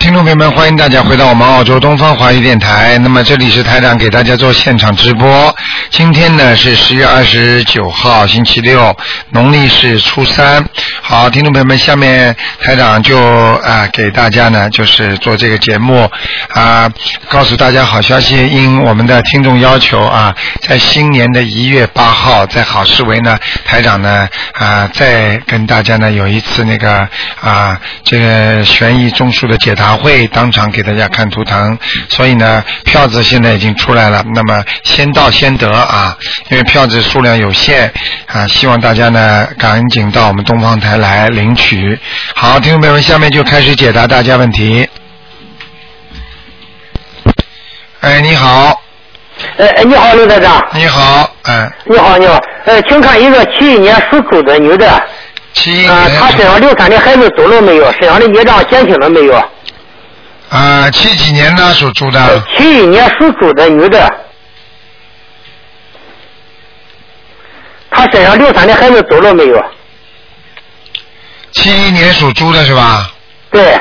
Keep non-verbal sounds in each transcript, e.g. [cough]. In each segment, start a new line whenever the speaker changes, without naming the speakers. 听众朋友们，欢迎大家回到我们澳洲东方华语电台。那么这里是台长给大家做现场直播。今天呢是十月二十九号，星期六，农历是初三。好，听众朋友们，下面台长就啊、给大家呢就是做这个节目啊、告诉大家好消息。因我们的听众要求啊，在新年的一月八号，哦在好市委呢，台长呢啊、再跟大家呢有一次那个啊、这个悬疑综述的解答会，当场给大家看图腾。所以呢，票子现在已经出来了，那么先到先得啊，因为票子数量有限啊，希望大家呢赶紧到我们东方台来领取。好，听众朋友们，下面就开始解答大家问题。哎，你好，
呃，哎你好，刘台长，
你好，嗯，
你好，你好，呃，请看一个七一年属猪的女的，啊、
七一
呃，
年
她身上流产的孩子走了没有？身上的孽障减轻了没有？
啊，七几年呢属猪
呃
的，
七一年属猪的女的，她身上流产的孩子走了没有？
七一年属猪的是吧？
对，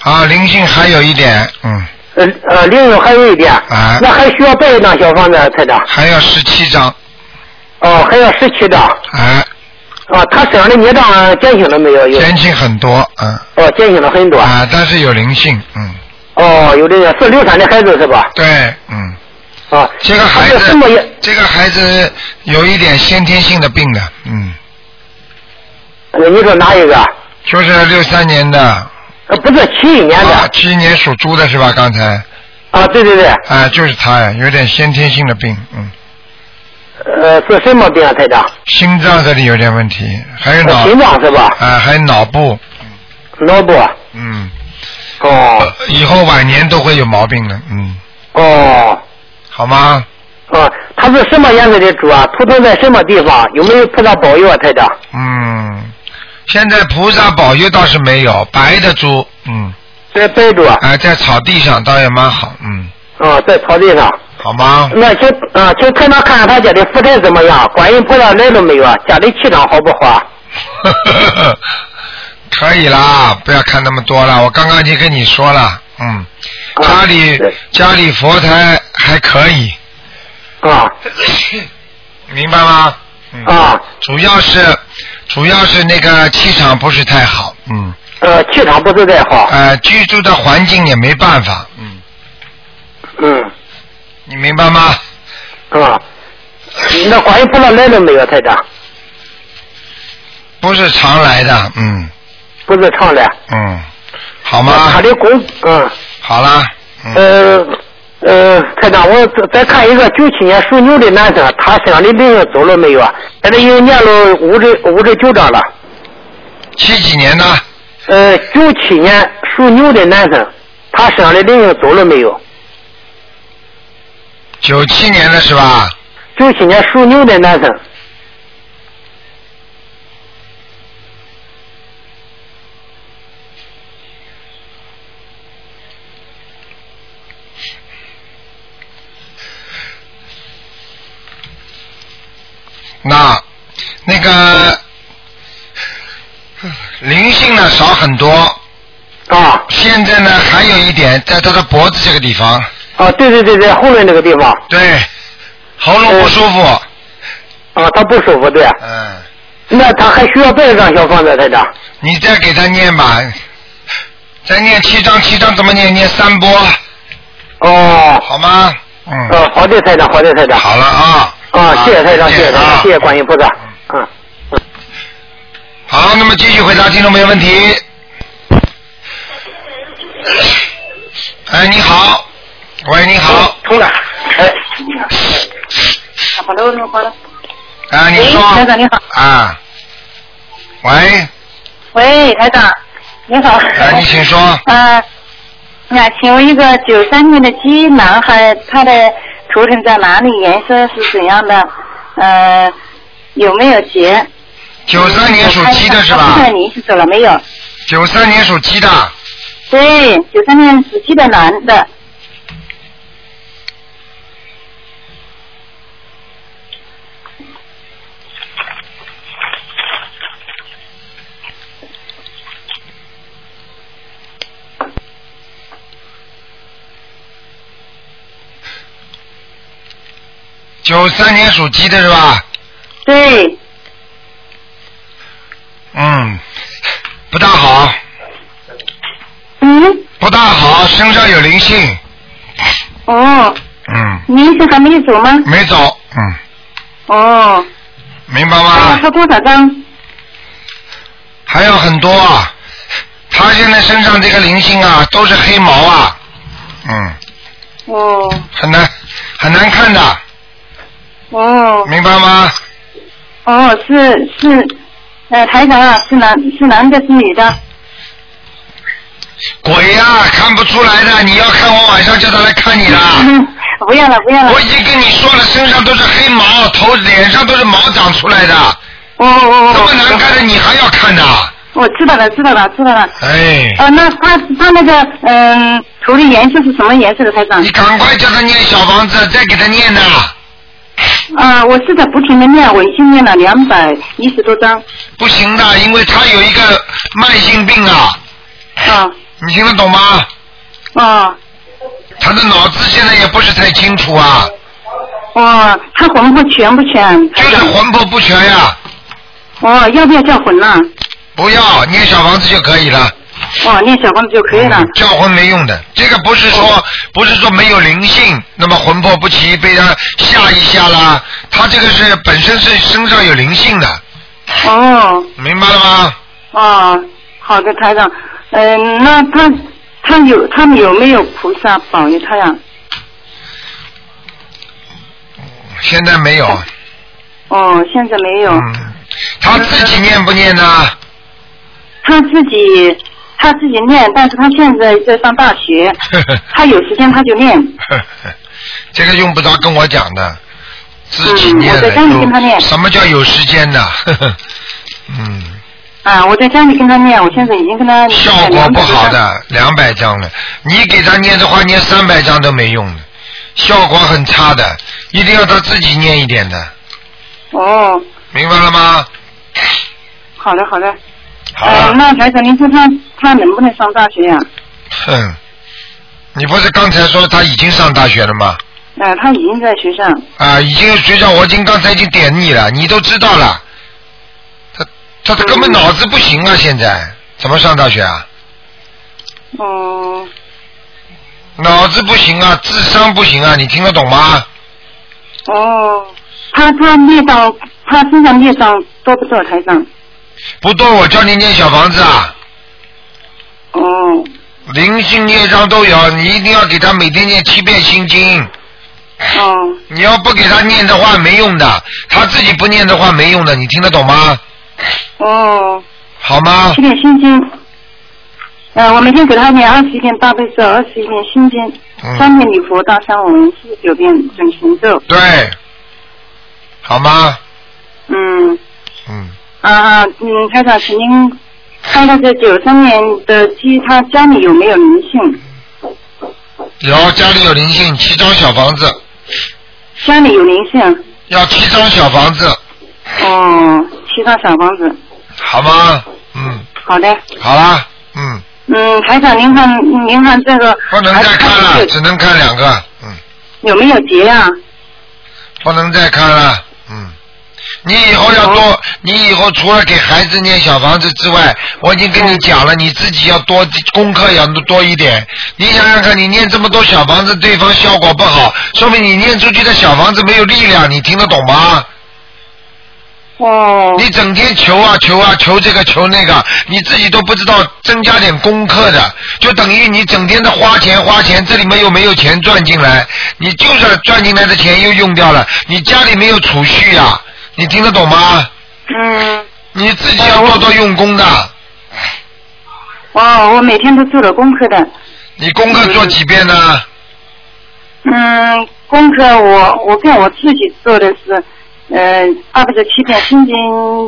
啊，灵性还有一点，嗯，
呃呃，另外还有一点，
啊
那还需要多少张小房子，啊台长？
还要十七张，
哦，还要十七张。
哎，
啊，她身上的孽障减轻了没有？有。
减轻很多，嗯，
哦，减轻了很多。
啊，但是有灵性，嗯，
哦，有这个是流产的孩子是吧？
对，嗯，
啊，
这个孩
她是什么
子
也，
这个孩子有一点先天性的病的，嗯，
呃你说哪一个？
就是六三年的，
呃，不是七一年的
啊，七一年属猪的是吧？刚才，
啊，对对对，
啊，就是他呀，有点先天性的病，嗯，
呃，是什么病啊，台长？
心脏这里有点问题，还有脑，
哦心脏是吧？
啊，还有脑部，
脑部。啊
嗯。
哦
呃以后晚年都会有毛病的，嗯，
哦
好吗？
哦，它是什么颜色的猪啊？图腾在什么地方？有没有菩萨保佑啊，台长？
嗯，现在菩萨保佑倒是没有，白的猪，嗯，
在白猪啊，
哎、在草地上倒也蛮好，嗯，
啊，在草地上。
好吗？
那请啊，请台长看看他家的福台怎么样？观音菩萨来了没有啊？家里气场好不好啊？
[laughs] 可以啦，不要看那么多了，我刚刚已经跟你说了，嗯，
啊
家里
对
家里佛台还可以，
啊
[coughs] 明白吗？嗯，
啊，
主要是主要是那个气场不是太好，嗯，
呃，气场不是太好。
呃，居住的环境也没办法，嗯。
嗯
你明白吗？
啊，那观音菩萨来了没有啊，台长？
不是常来的，嗯
不是常来。
嗯，
他
好吗？
的工，嗯，
好啦，嗯，
呃，呃，台长，我再看一个九七年属牛的男生，他身上的灵性走了没有啊？现在已经念了五十五十九章了。
七几年的？
呃，九七年属牛的男生，他身上的灵性走了没有？
九七年的是吧？
九七年啊属牛的男生，
那那个灵性呢少很多，
啊
现在呢还有一点在他的脖子这个地方，
啊，对对对，在后轮那个地方，
对，喉咙不舒服，
啊，他不舒服，对。
嗯，
那他还需要多少张小房子，台长？
你再给他念吧，再念七章，七章怎么念？念三波，
哦，
好吗？嗯，
呃，好的，台长，好的，台长。
好了啊。
啊，谢谢台长，谢谢台
啊
长，谢谢观音菩萨。嗯。
好，那么继续回答听众朋友问题。哎，你好，喂，你好，
通了。哎，
Hello，你好。
啊，你
哎喂，
说，
台长你好。
啊，喂，
喂，台长，你
[laughs]
好。
啊，你请说，
呃，那请问一个九三年的鸡男孩，他的图腾在哪里？颜色是怎样的？呃，有没有结？
九三年属鸡的是
我看一下他
吧
身上？的灵性走了没有？
九三年属鸡的，
对，九三年属鸡的男的，
九三年属鸡的是吧？
对，
嗯，不大好，
嗯，
不大好，身上有灵性，
哦，
嗯，
您是还没走吗？
没走，嗯，
哦，
明白
他
吗？
要多少张？
还有很多啊，他现在身上这个灵性啊，都是黑毛啊，嗯，
哦，
很难很难看的，
哦，
明白吗？
哦，是是，呃，台长啊，是男是男的，是女的？
鬼呀、看不出来的，你要看我晚上叫他来看你啦。
嗯， [laughs] 不要了，不要了
我。已经跟你说了，身上都是黑毛，头脸上都是毛长出来的，
哦哦哦，
这么难
哦
看的你还要看的？
我知道了，知道了，知道了。
哎，
呃，那他他那个嗯，图的颜色是什么颜色的，台长
你？赶快叫他念小房子，再给他念呐。
啊、我是在不停的念，我已经念了两百一十多张。
不行的，啊因为他有一个慢性病啊，
啊
你听得懂吗？
啊
他的脑子现在也不是太清楚啊，
哦，他魂魄全不全？
就是魂魄不全呀、
哦，要不要叫魂呐？
不要念小房子就可以了。
哦，念小房子就可以了。
嗯叫魂没用的，这个不是
嗯
说不是说没有灵性，那么魂魄不齐被他吓一吓啦，他这个是本身是身上有灵性的，嗯
哦
明白了吗？
哦，好的，台长。嗯、那他他有他有没有菩萨保佑他呀？
现在没有，啊
哦，现在没有。
嗯，他自己念不念呢？
他自己他自己念，但是他现在在上大学，
[laughs]
他有时间他就念。
这个用不着跟我讲的，自己
嗯
念
我
的。
在家里跟他念
有什么叫有时间呢？嗯，
啊，我在家里跟他念，我现在已经跟他念
[laughs] 效
了
果
两
不
百多
好
张。
的，两百张了。你给他念的话，念三百张都没用的，效果很差的，一定要他自己念一点的，
哦，
明白了吗？
好的好的。
好
呃，
了，
那台长，您说他他能不能上大学呀、
哼，你不是刚才说他已经上大学了吗？
呃，他已经在学上。
啊，已经学校我已经刚才已经点你了，你都知道了。他他他根本脑子不行啊，现在怎么上大学啊？
嗯，
脑子不行啊，智商不行啊，你听得懂吗？
哦，他他孽障，他身上孽障多不多，台长？
不多，我教你念小房子啊。
哦，
灵性业障都有，你一定要给他每天念七遍心经。
哦，
你要不给他念的话，没用的。他自己不念的话，没用的。你听得懂吗？
哦，
好吗
七？点心经。呃，我每天给他念二十一遍大悲咒，二十一遍心经，三
嗯，
遍礼佛大忏悔文，四十九遍准行咒。
对，好吗？
嗯，
嗯，
啊，嗯，台长，请您看看这九三年的鸡，它家里有没有灵性？
有家里有灵性，七张小房子，
家里有灵性，
要七张小房子，
哦，七张小房子，
好吗？嗯，
好的。
好啦，嗯，
嗯，台长，您看，您看这个
不能
孩
再
子
看
他
了，
有
只能看两个，嗯，
有没有结啊呀、
不能再看了，嗯。你以后要多，你以后除了给孩子念小房子之外，我已经跟你讲了，你自己要多功课要多一点。你想想看，你念这么多小房子，对方效果不好，说明你念出去的小房子没有力量，你听得懂吗？
哦
你整天求啊求啊求这个求那个，你自己都不知道增加点功课的，就等于你整天的花钱花钱，这里面又没有钱赚进来，你就算赚进来的钱又用掉了，你家里没有储蓄啊，你听得懂吗？
嗯，
你自己要多多用功的，
哦，我每天都做了功课的。
你功课做几遍呢？
嗯，功课我我跟我自己做的是，呃，二百十七遍心经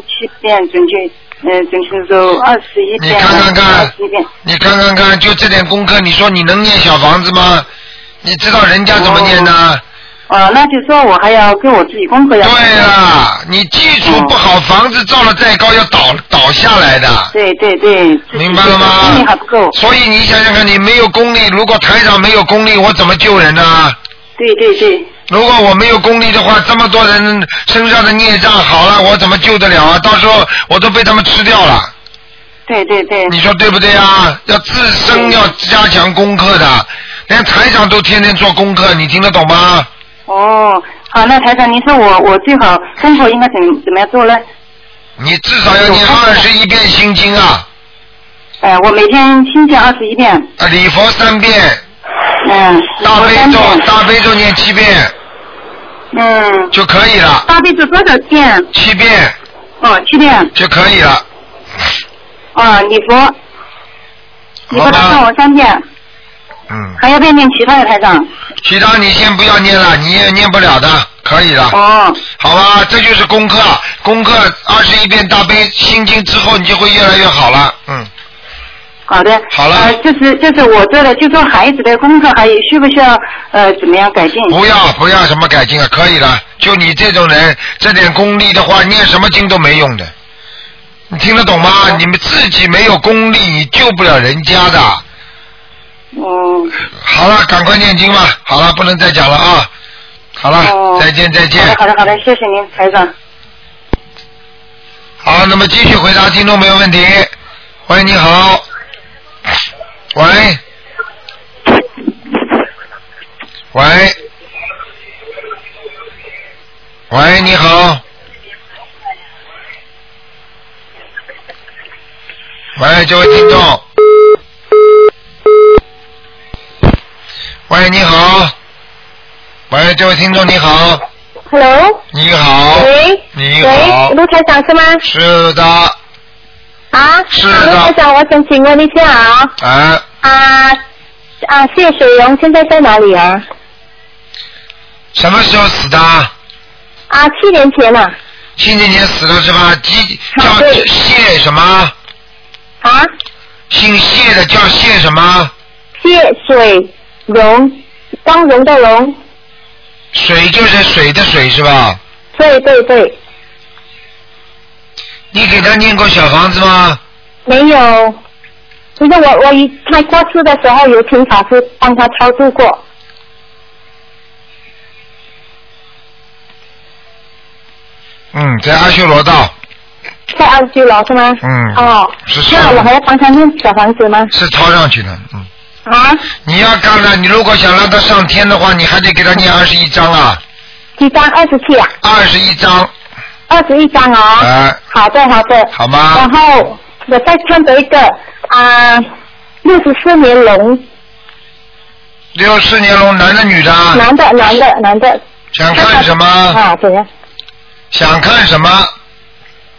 七遍，准确呃准确咒二十一
你
遍，
看看看
二十一遍。
你看看看，就这点功课，你说你能念小房子吗？你知道人家怎么念呢？
哦，那就说我还要跟我自己功课要。
对啦，你基础不好，房子造了再高要倒倒下来的。
对对对。自己
明白了吗？
精力还不够。
所以你想想看，你没有功力，如果台长没有功力，我怎么救人呢、
对对对。
啊如果我没有功力的话，这么多人身上的孽障好了，我怎么救得了啊？到时候我都被他们吃掉了，
对对对，
你说对不对啊？要自身要加强功课的，连台长都天天做功课，你听得懂吗？
哦，好，那台长，您说我我最好功课应该怎怎么样做呢？
你至少要念二十一遍心经啊，
呃，我每天心经二十一遍，
啊礼佛三遍，
嗯，
大悲
13
咒
遍
大悲咒念七遍
嗯，
就可以了，
大悲咒多少
啊
遍？
七遍
哦，七遍。
就可以了，
哦，礼佛，礼
好
佛大忏
吧
我？三遍，
嗯，
还要再念其他的台长。
其他你先不要念了，你也念不了的，可以了。
哦，
好吧，这就是功课，功课二十一遍大悲心经之后，你就会越来越好了。嗯，
好的。
好了
呃，就是就是我做的，就说孩子的功课还有需不需要呃怎么样改进？
不要不要什么改进啊，可以了。就你这种人，这点功力的话，念什么经都没用的。
嗯
你听得懂吗？你们自己没有功力，你救不了人家的。
哦，
好了，赶快念经吧。好了，不能再讲了啊。好了，
哦
再见再见。
好的好的好的，谢谢您，台长。
好，那么继续回答听众朋友问题。喂，你好。喂。喂。喂，你好。喂，这位听众。喂，你好。喂，这位听众你好，
Hello，
你好，
喂，
你好
喂，，卢台长是吗？
是的，
啊，
是
啊
的
卢台长，我想请问一下啊，
啊，
啊啊，谢水荣现在在哪里啊？
什么时候死的？
啊，七年前啊，
新年前死了是吧？鸡叫
啊对
谢什么？
啊，
姓谢的叫谢什么？
谢水荣，光荣的荣，
水就是水的水是吧？
对对对，
你给他念过小房子吗？
没有，就是我我一他过世的时候有请法师帮他超度过，
嗯，在阿修罗道。
在澳洲了是吗？
嗯
哦
是，是
那我还要帮他念小房子吗？
是抄上去的，嗯，
啊，
你要看了，你如果想让他上天的话，你还得给他念
嗯
二十一章啊，
几张？二十七啊，
二十一章，
二十一张啊。
啊，
好的，好的。
好吗
然后我再看到一个啊，六十四年龙，
六四年龙，男的女的？啊
男的，男的，男的。
想看什么？
啊，怎样？
想看什么？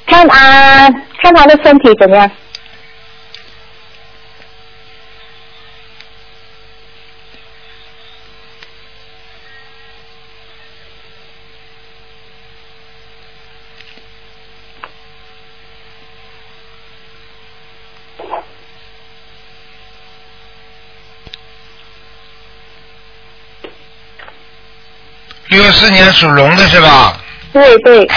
看啊，看他的身体怎样？
六四年属龙的是吧？
对对，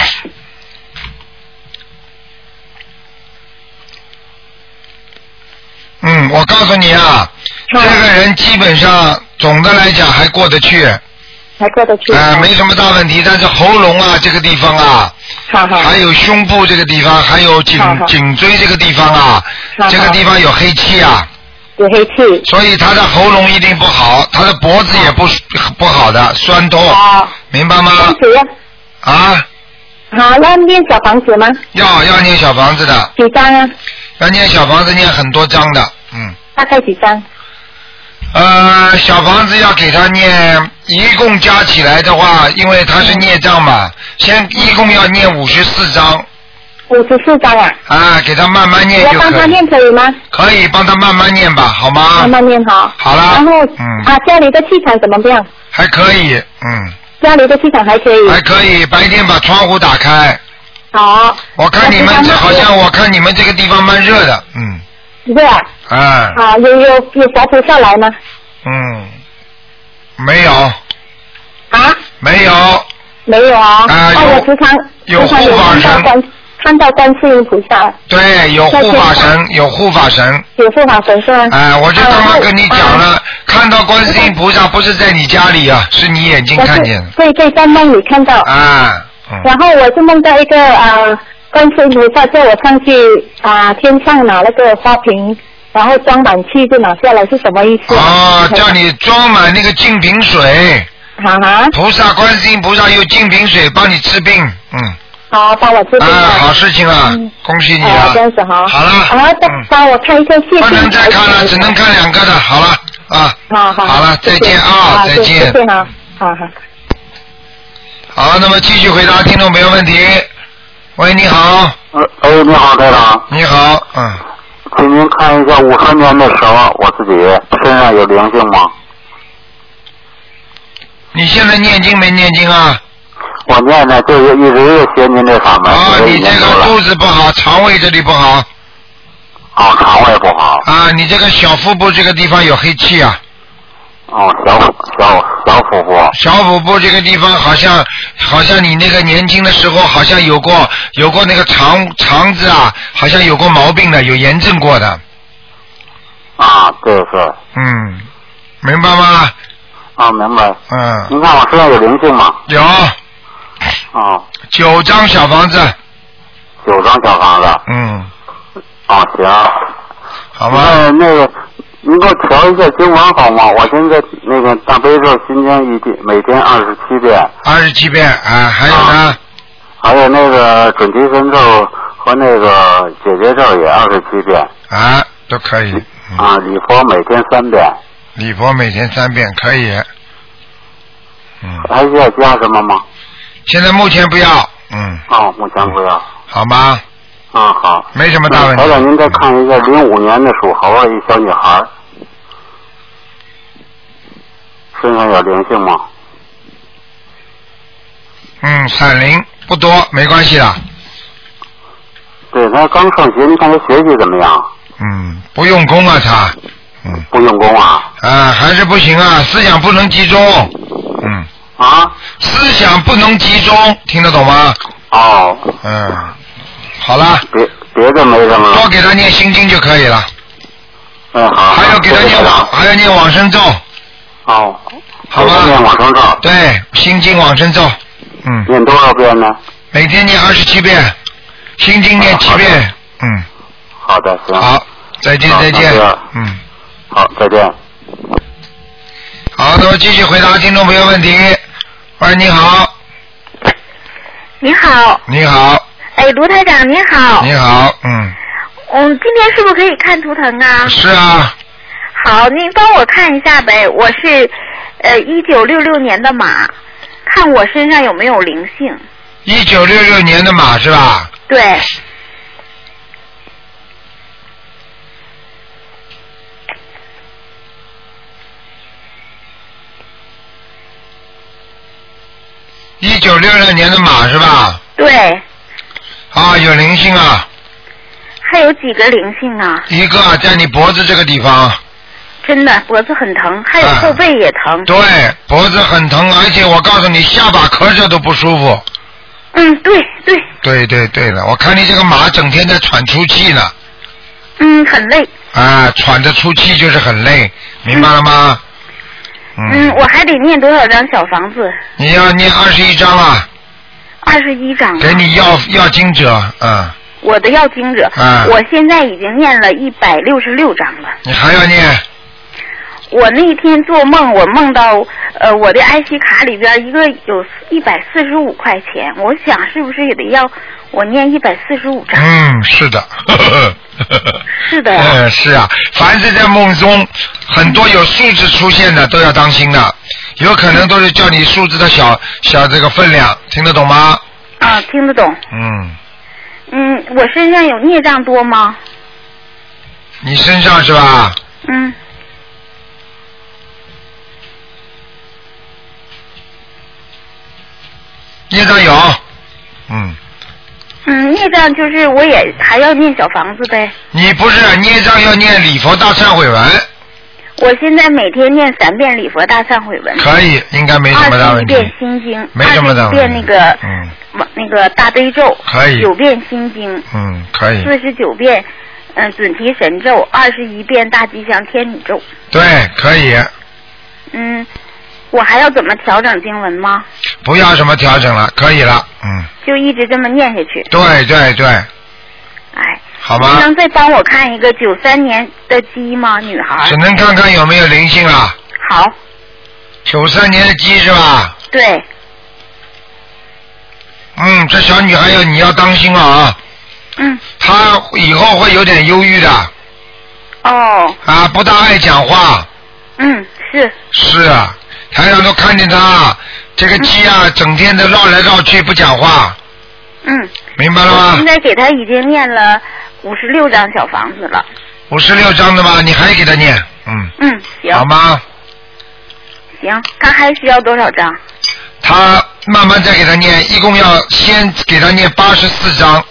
嗯，我告诉你啊，这
嗯
个人基本上总的来讲还过得去，
还过得去。
呃，没什么大问题。但是喉咙啊这个地方啊，
好好。
还有胸部这个地方，还有颈
好好
颈椎这个地方啊，
好
这个地方有黑气啊，
有黑气。
所以他的喉咙一定不好，他的脖子也不不好的，酸痛，
啊。
明白
这
吗
样？子呀。
啊，
好，那念小房子吗？
要要念小房子的，
几张啊？
要念小房子念很多章的，嗯。
大概几张？
呃，小房子要给他念，一共加起来的话，因为他是孽障嘛，先一共要念五十四章
五十四张啊。
啊，给他慢慢念
我
就
帮
可
他
以，
念可以吗？
可以帮他慢慢念吧，好吗？
慢慢念好。
好啦
然后
嗯
啊，家里的气场怎么样？
还可以，嗯，
家里的气场还可以。
还可以，白天把窗户打开，
好。
我看你们这好像我看你们这个地方蛮热的，嗯，
对啊，
啊，
啊，有有有佛菩萨来吗？
嗯，没有，
啊，
没有，
没有啊。
啊有
哦，我时常
有
时常有
护法
看到
神
观看到观世音菩萨，
对，有护法神，有护法神，
有护法神是吗？
哦
哎、我就刚刚跟你讲
啊
了，看到观世音菩萨不是在你家里啊，是你眼睛
我
看
是
见的
对对，在梦里看到，
啊。嗯
然后我就梦到一个啊，观世音菩萨叫我上去啊天上拿那个花瓶，然后装满气就拿下来，是什么意思？
哦，叫你装满那个净瓶水，
哈哈，
菩萨观世音菩萨用净瓶水帮你治病，嗯，
好，帮我治病
啊，好
了。
事情啊
嗯，
恭喜你
哦
啊，
这样子哈，
好了
啊，再
嗯
帮我看一下谢谢。
不能再看了，只能看两个的，好了啊，
好好
好了
谢谢
再见啊再
对
见
谢谢哈，啊好好。
好，那么继续回答听众朋友问题。喂，你好，
呃，哎，你好，台长，
你好，嗯，
请您看一下五三年的蛇，我自己身上有灵性吗？
你现在念经没念经啊？
我念呢，就是一直是学您这法门，
啊，
学
你
一
这
年多
个
了
肚。子不好，肠胃这里不好
啊，肠胃不好，
啊，你这个小腹部这个地方有黑气啊，
哦，小腹小小腹部，
小腹部这个地方好像好像你那个年轻的时候好像有过有过那个肠肠子啊，好像有过毛病的，有炎症过的，
啊，对是，
嗯，明白吗？
啊，明白。
嗯，
您看我身上有灵性吗？
有
啊，
九张小房子，
九张小房子，
嗯，
啊，行。
好吗？
那那个，您给我调一下经文好吗？我现在那个大悲咒心经一天每天二十七遍，
二十七遍啊，还有呢，
还有那个准提神咒和那个解结咒也二十七遍
啊，都可以，嗯，
啊，礼佛每天三遍，
礼佛每天三遍可以，嗯，
还需要加什么吗？
现在目前不要，嗯，
啊，目前不要。
好吗？
啊，好。
没什么大问
那
题。
台长，您再看一下零五年的属猴的一小女孩，身上有灵性吗？
嗯，闪灵不多，没关系的。
对，她刚上学，你看她学习怎么样？
嗯，不用功啊，他，嗯，
不用功啊？
啊，还是不行啊，思想不能集中，嗯，
啊？
思想不能集中，听得懂吗？
哦，
嗯，好了，
别别的没什么
多
了。
给他念心经就可以了，
嗯，好。
还要给他
谢谢
念
台
往，
长
还要念往生咒，
哦，
好
给她念
吧？
往生咒，
对，心经往生咒，嗯，
念多少遍呢？
每天念二十七遍，心经念七遍，嗯，
好的，行。
好，再见
好
再见
那这样，
嗯。
好，再见。
好，那么继续回答听众朋友问题。喂，你好，
你好，
你好，
哎，卢台长您好，
你好，嗯，
嗯，今天是不是可以看图腾啊？
是啊，
好，您帮我看一下呗，我是呃一九六六年的马，看我身上有没有灵性。
一九六六年的马是吧？
对，
一九六六年的马是吧？
对，
啊，有灵性啊，
还有几个灵性啊？
一个啊在你脖子这个地方，
真的，脖子很疼，还有后背也疼。
啊对，脖子很疼，而且我告诉你，下巴颏这都不舒服。
嗯，对对，
对对对了，我看你这个马整天在喘粗气呢，
嗯，很累。
啊，喘着粗气就是很累，明白了吗？
嗯，我还得念多少张小房子？
你要念二十一章啊，
二十一张啊。
给你要要经者，嗯。
我的要经者，
啊
我现在已经念了一百六十六章了。
你还要念
我那天做梦，我梦到呃我的 IC 卡里边一个有一百四十五块钱，我想是不是也得要我念一百四十五章？
嗯，是的。
[laughs]
[laughs]
是的呀
嗯，是啊，凡是在梦中很多有数字出现的都要当心的，有可能都是叫你数字的小小这个分量，听得懂吗？
啊，听得懂。
嗯，
嗯，我身上有孽障多吗？
你身上是吧？
嗯，
业障有。嗯，
嗯，孽障就是我也还要念小房子呗。
你不是孽障要念礼佛大忏悔文，
我现在每天念三遍礼佛大忏悔文，
可以，应该没什么大
二十一
问题。
遍心经，
没什么大
二十一
问
遍
题。
那个、
嗯
那个大悲咒，
可以
九遍心经，
嗯，可以。
四十九遍，嗯，准提神咒，二十一遍大吉祥天女咒。
对，可以，
嗯，我还要怎么调整经文吗？
不要什么调整了，可以了，嗯，
就一直这么念下去。
对对对，
哎，
好
您
吗？
能再帮我看一个九三年的鸡吗？女孩儿。
只能看看有没有灵性了。
好，
九三年的鸡是吧？
对，
嗯，这小女孩要你要当心啊，
嗯，
她以后会有点忧郁的
哦，
啊，不大爱讲话。
嗯，是，
是啊，台长都看见她这个鸡啊，整天的绕来绕去不讲话，
嗯，
明白了
我现
吗？
在给她已经念了五十六张小房子了。
五十六章的吧，你还给她念，嗯，
嗯，行
好吗？
行，她还需要多少张？
她慢慢再给她念，一共要先给她念八十四章，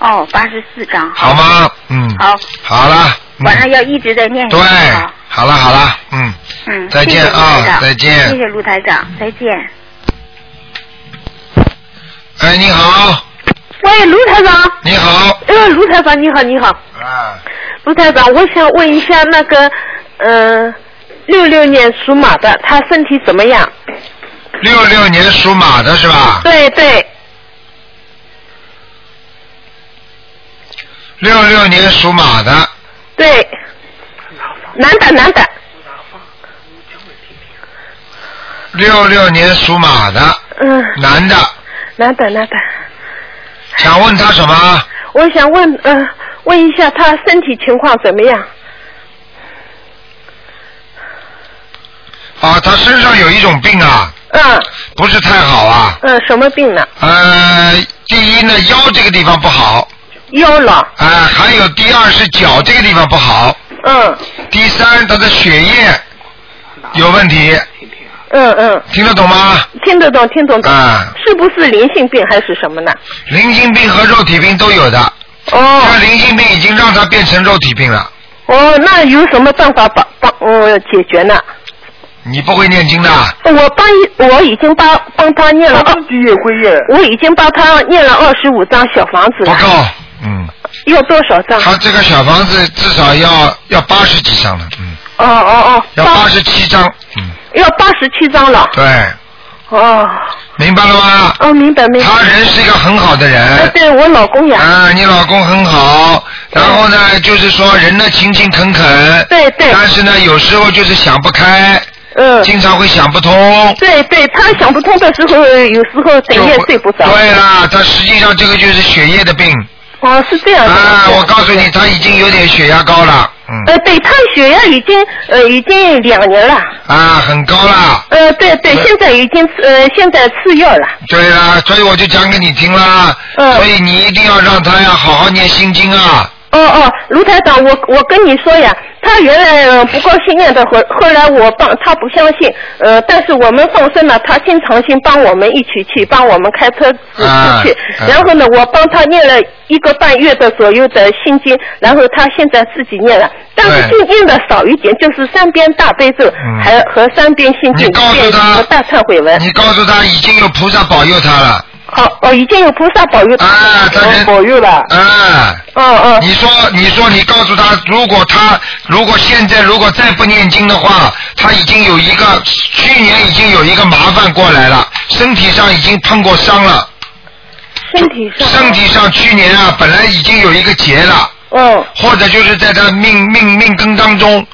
哦，八十四张。
好吗？嗯，
好，
好了，嗯
晚上要一直在念。
对
好，
好了好了，嗯。
嗯，
再见
谢谢陆台
啊
长
再见啊
谢谢陆台长，再见。
哎，你好，
喂，哎卢台长，
你好，
呃，卢台长，你好，你好，
啊，
卢台长，我想问一下那个，呃，六六年属马的，他身体怎么样？
六六年属马的是吧？
对对，
六六年属马的，
对，男的男的，
六六年属马的，
嗯、
男的，
男的男的，
想问他什么？
我想问，呃，问一下他身体情况怎么样？
啊，他身上有一种病啊，
嗯、
不是太好啊。
嗯、什么病呢？
呃，第一呢，腰这个地方不好，
腰了，
啊、还有第二是脚这个地方不好，
嗯
第三他的血液有问题，
嗯嗯，
听得懂吗？
听得懂听得懂，
啊、
是不是灵性病还是什么呢？
灵性病和肉体病都有的，
哦
这灵性病已经让他变成肉体病了。
哦，那有什么办法帮帮呃解决呢？
你不会念经的啊？
我帮一我已经帮帮他念了，二，
己也会念。
我已经帮他念了二十五张小房子
不
了，
够，嗯，
要多少张？
他这个小房子至少要要八十几张了，嗯，
哦哦哦，
要八十七张，嗯，
要八十七张了。
对，
哦
明白了吗？
哦，明白明白。
他人是一个很好的
哎，
人，
对我老公呀，
啊，你老公很好，然后呢，就是说人呢勤勤恳恳，
对对，
但是呢，有时候就是想不开，
嗯，
经常会想不通，
对对，他想不通的时候，有时候整
就
夜
会
睡不着。
对啊啦，他实际上这个就是血液的病
哦，是这样的。
啊！我告诉你，他已经有点血压高了，嗯，
呃，对他血压已经呃已经两年了，
啊，很高了。嗯
呃，对对，
对
现在已经呃现在吃药了。
对啦，所以我就讲给你听啦。
嗯
所以你一定要让他呀好好念心经啊。
哦哦，卢台长，我我跟你说呀，他原来呃不高兴念的，后后来我帮他不相信，呃，但是我们放生了，他经常性帮我们一起去，帮我们开车子
啊
出去，
啊
然后呢，我帮他念了一个半月的左右的心经，然后他现在自己念了，但是
对
就念的少一点，就是三遍大悲咒，
嗯
还和三遍心经，
你
一
告诉
遍
他
和大忏悔文。
你告诉他已经有菩萨保佑他了。
好，哦，已经有菩萨保佑他。
啊，他人
保佑了。
啊，
哦哦，
你说你说你告诉他，如果他如果现在如果再不念经的话，他已经有一个去年已经有一个麻烦过来了，身体上已经碰过伤了，
身体上。
身体上去年啊本来已经有一个结了。
嗯。
或者就是在他命命命根当中，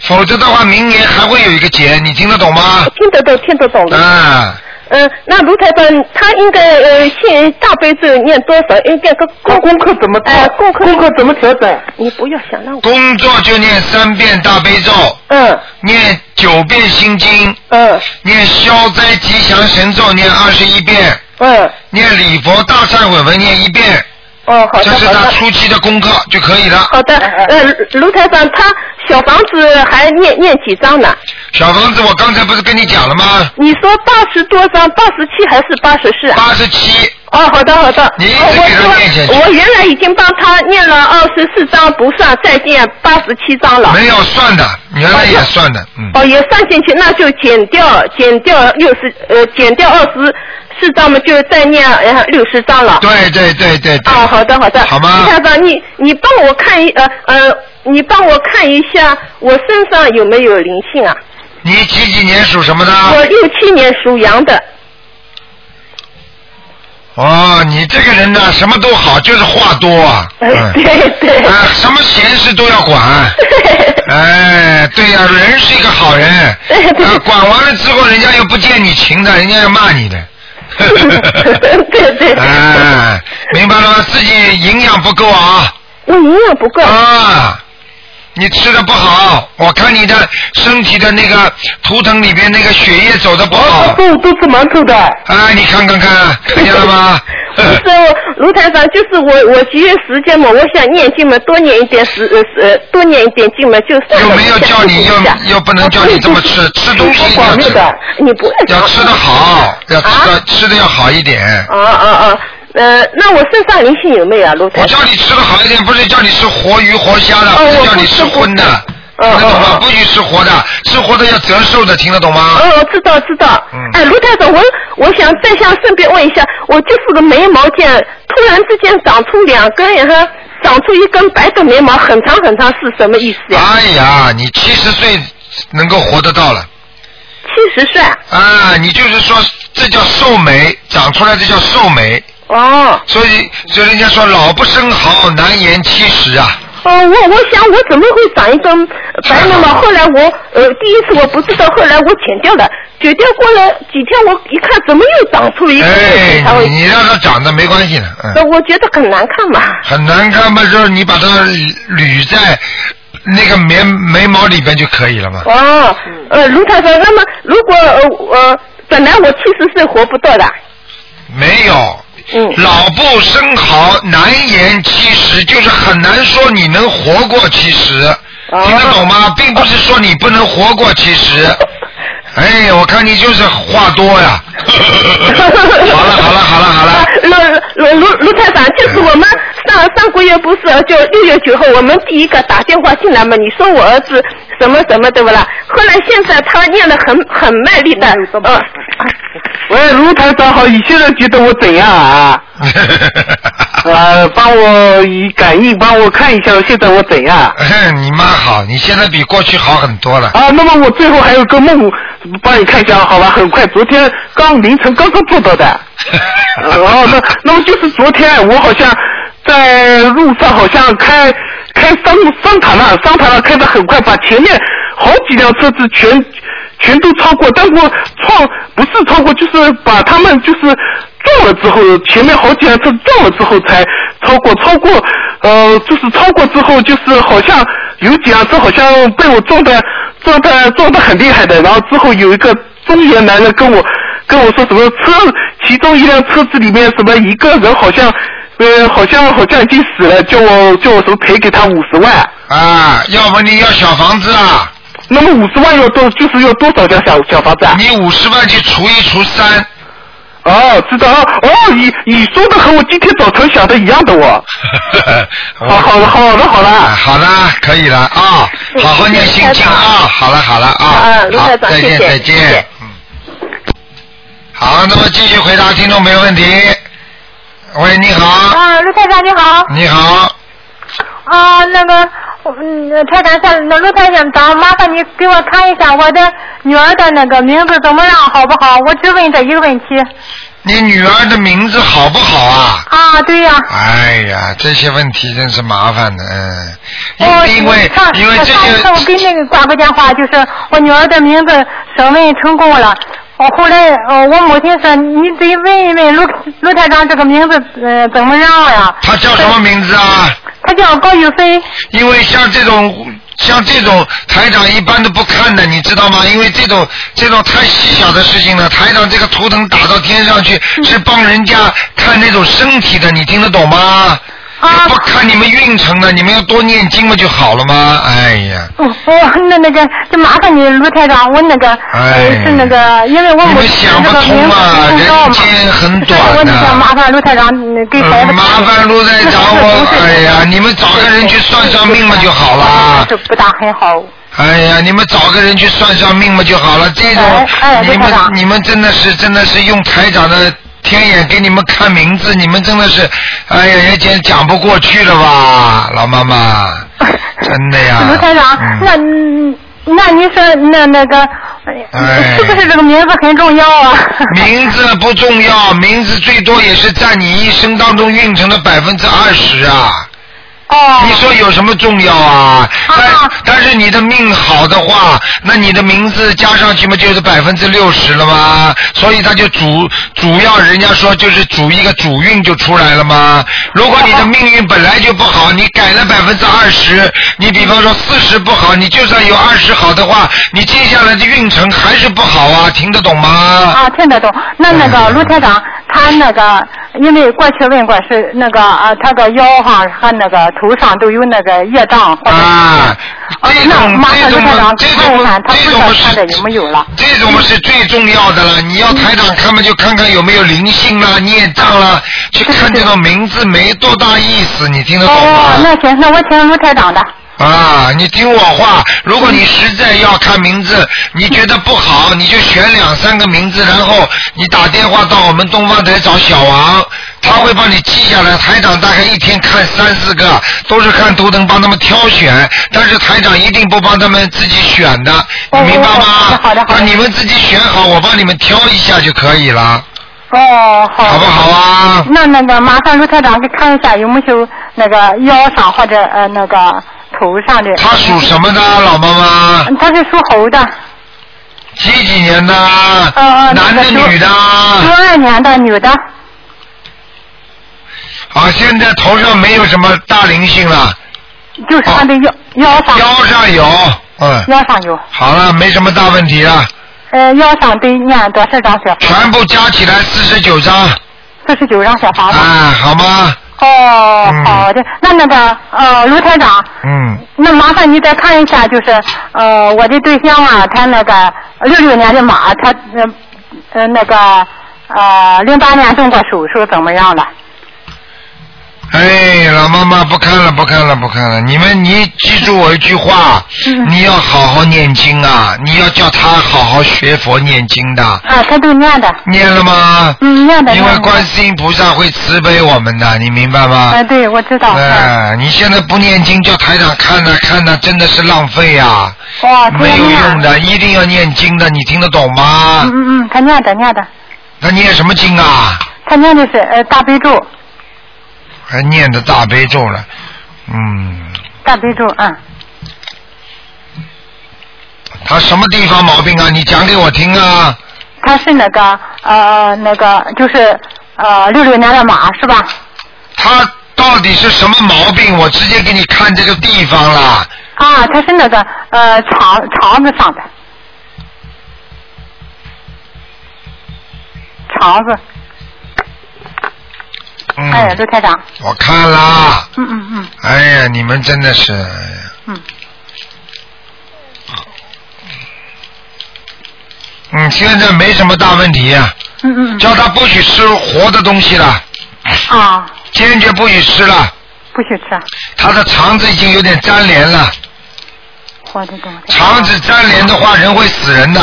否则的话，明年还会有一个劫，你听得懂吗？
听得懂，听得懂的。
啊，
嗯，那卢台长他应该呃信大悲咒念多少？应该个
那
功
功课怎么调？
哎功课
功课怎么调整？
你不要想让我。
工作就念三遍大悲咒，
嗯
念九遍心经，
嗯
念消灾吉祥神咒念二十一遍，
嗯，
念礼佛大忏悔文念一遍，
哦，好
这
的
是
好
他
的。
初期的功课就可以了。
好的，
哎
呃，卢台长，他小房子还念念几张呢？
小房子，我刚才不是跟你讲了吗？
你说八十多张，八十七还是八十四啊？
八十七，
哦，好的好的。
你一直
哦
给他念下去
我说我原来已经帮他念了二十四张，不算再念八十七张了。
没有算的，原来也算的，嗯，
哦，也算进去，那就减掉减掉六十呃，减掉二十四张嘛，就再念呃六十张了。
对对对对对，
哦，好的好的。
好吗
李校长，你你帮我呃看一呃呃，你帮我看一下我身上有没有灵性啊？
你几几年属什么的？
我六七年属羊的，
哦，你这个人呢，什么都好，就是话多啊。
哎
嗯
对对
啊，什么闲事都要
[laughs]
管。哎，对呀、人是一个好
[laughs]
人。
对对
啊，管完了之后，人家又不见你情的，人家要骂你的。
[laughs]
[laughs]
对对
哎，明白了吗？自己营养不够啊。
我嗯营养不够。
啊，你吃的不好，我看你的身体的那个图腾里边那个血液走的不
哦
好。
都都吃馒头的，
啊，你看看看，看见了吗？
不是 [laughs] 我卢台长，就是我我节约时间嘛，我想念经嘛，多念一点时呃呃多念一点经嘛，就算了
又没有叫你
下次
又
一下啊
又不能叫你这么吃，吃东西一定要
广面
吃，
的，
你不会
要吃的好，要吃的
啊
吃的要好一点。
啊啊啊！呃，那我身上灵性有没有啊，卢台
我
长
叫？你吃的好一点，不是叫你吃活鱼活虾的，
哦
不是
我
叫
不
你
吃
吃
不
荤的，
嗯
听得懂吗？
嗯嗯
不许吃活的，吃活的要折寿的，听得懂吗？
哦，知道知道。
嗯
哎，卢台长，我我想再想顺便问一下，我就是个眉毛间突然之间长出两根，然后长出一根白的眉毛，很长很长，是什么意思呀？
哎呀，你七十岁能够活得到了。
七十岁啊。
啊，你就是说这叫寿眉，长出来这叫寿眉，
哦
所以所以人家说老不生好，难延七十啊。
哦，我我想我怎么会长一根白
[laughs]
眉毛？后来我呃第一次我不知道，后来我剪掉了，剪掉过了几天，我一看怎么又长出一根，才
哎，
会
你你让它长的没关系的，
那
嗯，
呃我觉得很难
[laughs]
看嘛。
很难看嘛，就是你把它捋在那个眉眉毛里边就可以了嘛。
哦，呃，卢太太，那么如果呃呃，本来我七十岁活不到的，
没有，
嗯，
老不生好，难延七十，就是很难说你能活过七十，
哦
听得懂吗？并不是说你不能活过
[laughs]
七十。哎，我看你就是话多呀。 [laughs] 好了好了好了好了嗯
啊，卢卢卢卢台长，就是我们上上个月不是就六月九号，我们第一个打电话进来嘛，你说我儿子什么什么对不啦？后来现在他念的很很卖力的，
嗯
呃，
喂，卢台长好，你现在觉得我怎样
[laughs]
啊？呃，帮我以感应，帮我看一下现在我怎样啊？
你妈好，你现在比过去好很多了。
哦
啊，那么我最后还有个梦，帮你看一下好吧？很快，昨天刚凌晨刚刚做到的。哦，那那么就是昨天我好像在路上好像开开桑桑塔纳，桑塔纳开得很快，把前面好几辆车子全全都超过，但我超不是超过，就是把他们就是呃撞了之后，前面好几辆车撞了之后才超过，超过呃就是超过之后就是好像有几辆车好像被我撞的撞的撞的很厉害的，然后之后有一个中年男人跟我。跟我说什么车，其中一辆车子里面什么一个人好像，呃，好像好像已经死了，叫我叫我什么赔给他五十万。
啊，要不你要小房子啊？
那么五十万要多，就是要多少间小小房子啊？
你五十万去除一除三，
哦，知道哦，哦，你你说的和我今天早晨想的一样的
[laughs]
哦。
[laughs]
好好了，好了，好
啊，
了。
好啦，可以了啊，好好念心经啊，好了好了啊
啊，卢
好，
台长
再
谢
见
谢
再
谢
见
谢，
嗯，好，那么继续回答听众朋友问题。喂，你好，
啊，陆台长你好。
你好，
啊，那个，嗯，台长想，那陆台长长，麻烦你给我看一下我的女儿的那个名字怎么样，好不好？我只问这一个问题。
你女儿的名字好不好啊？
啊，对呀、
哎呀，这些问题真是麻烦的，嗯，
我
因因为
上
因为这
哦上次我
些
给那个挂过电话，就是我女儿的名字审问成功了。我后来，呃，我母亲说你得问一问陆陆台长这个名字，呃，怎么样呀？
她叫什么名字啊？
她叫高玉飞。
因为像这种像这种台长一般都不看的，你知道吗？因为这种这种太细小的事情了，台长这个图腾打到天上去
嗯
是帮人家看那种身体的，你听得懂吗？
啊
不看你们运程的，你们要多念经嘛就好了吗？哎呀，
哦，我那那个就麻烦你卢台长，我那个、
哎
呃是那个，因为我
你
母
们
亲
想
这
不
个
通
名字
啊，
不知道
人
嘛，
间很
所以我
短
那
的、
个麻烦卢台长嗯给孩子、
嗯，麻烦卢台长，我哎呀，你们找个人去算算命嘛就好了。
是不大很好。
哎呀，你们找个人去算算命嘛就好了。这种
哎哎
你
卢台
们
长
你们真的是真的是用台长的天眼给你们看名字，你们真的是，哎呀，也讲讲不
[laughs]
过去了吧，老妈妈，真的呀。
卢台长，
啊嗯
那嗯那您说那那个、
哎
是不是这个名字很重要啊？
[laughs] 名字不重要，名字最多也是占你一生当中运程的百分之二十啊。
哦。
你说有什么重要啊？但但是你的命好的话，那你的名字加上去嘛，就是百分之六十了吗？所以他就主主要人家说就是主一个主运就出来了吗？如果你的命运本来就不好，你改了百分之二十，你比方说四十不好，你就算有二十好的话，你接下来的运程还是不好啊，听得懂吗？
啊，听得懂。那那个
嗯
卢台长，他那个因为过去问过是那个啊，他的腰哈和那个头上都有那个业障。
啊，这
哦那
种
麻
这
烦卢
种
台长
这
看一
种
看，他不
这
知道
种
看的有
是
没有了。
这种是最重要的了。你要台长看嘛，就看看有没有灵性啦、孽障啦，去看这种名字没多大意思，你听得懂
哦，
吗？
那行，那我听卢台长的。
啊，你听我话，如果你实在要看名字，你觉得
[laughs]
不好，你就选两三个名字，然后你打电话到我们东方台找小王，他会帮你记下来。台长大概一天看三四个，都是看图腾帮他们挑选，但是台长一定不帮他们自己选的，你明白吗？
哦好的好的
啊你们自己选好，我帮你们挑一下就可以了，
哦，好。
好不好啊？
那那个，麻烦卢台长给看一下有没有那个腰上或者呃那个头上的。
他属什么的，老妈妈？啊
嗯？他是属猴的，
几几年的？
呃
男
那
的
个
女的？
九二年的女的。
啊，现在头上没有什么大灵性了，
就是
哦
他的腰、腰上
腰上有，嗯，
腰上有，
好了，没什么大问题了，
呃，腰上得念多少张小
全部加起来四十九张，
四十九张小房子。
啊，好吗？
哦，
嗯
好的，那那个呃，卢台长，
嗯，
那麻烦你再看一下，就是呃，我的对象啊，他那个六六年的马，他呃呃那个呃零八年动过手术怎么样了？
哎，老妈妈不看了，不看了，不看了，你们你记住我一句话，你要好好念经啊，你要叫他好好学佛念经的，
啊，他都念的，
念了吗？
嗯，念的。
因为
念的
观世音菩萨会慈悲我们的，你明白吗？
啊，对，我知道。嗯
哎，你现在不念经叫台长看呐看呐，真的是浪费呀、
哇，他
没有
念
用。的，一定要念经的，你听得懂吗
嗯？嗯嗯，他念的念的，
那念什么经啊？
他念的是呃大悲咒，
还哎念的大悲咒了，嗯，
大悲咒，嗯。
他什么地方毛病啊？你讲给我听啊！
他是那个呃那个就是呃六六年的马是吧？
他到底是什么毛病？我直接给你看这个地方啦。
啊，他是那个呃肠肠子上的肠子，
嗯，
哎，刘台长，
我看啦。
嗯嗯嗯，
哎呀，你们真的是，哎呀
嗯。
嗯，现在没什么大问题、啊，
嗯嗯
叫他不许吃活的东西了，
嗯，啊，
坚决不许吃了。
不许吃
他的肠子已经有点粘连了，
活的东西。
肠子粘连的话，人会死人的，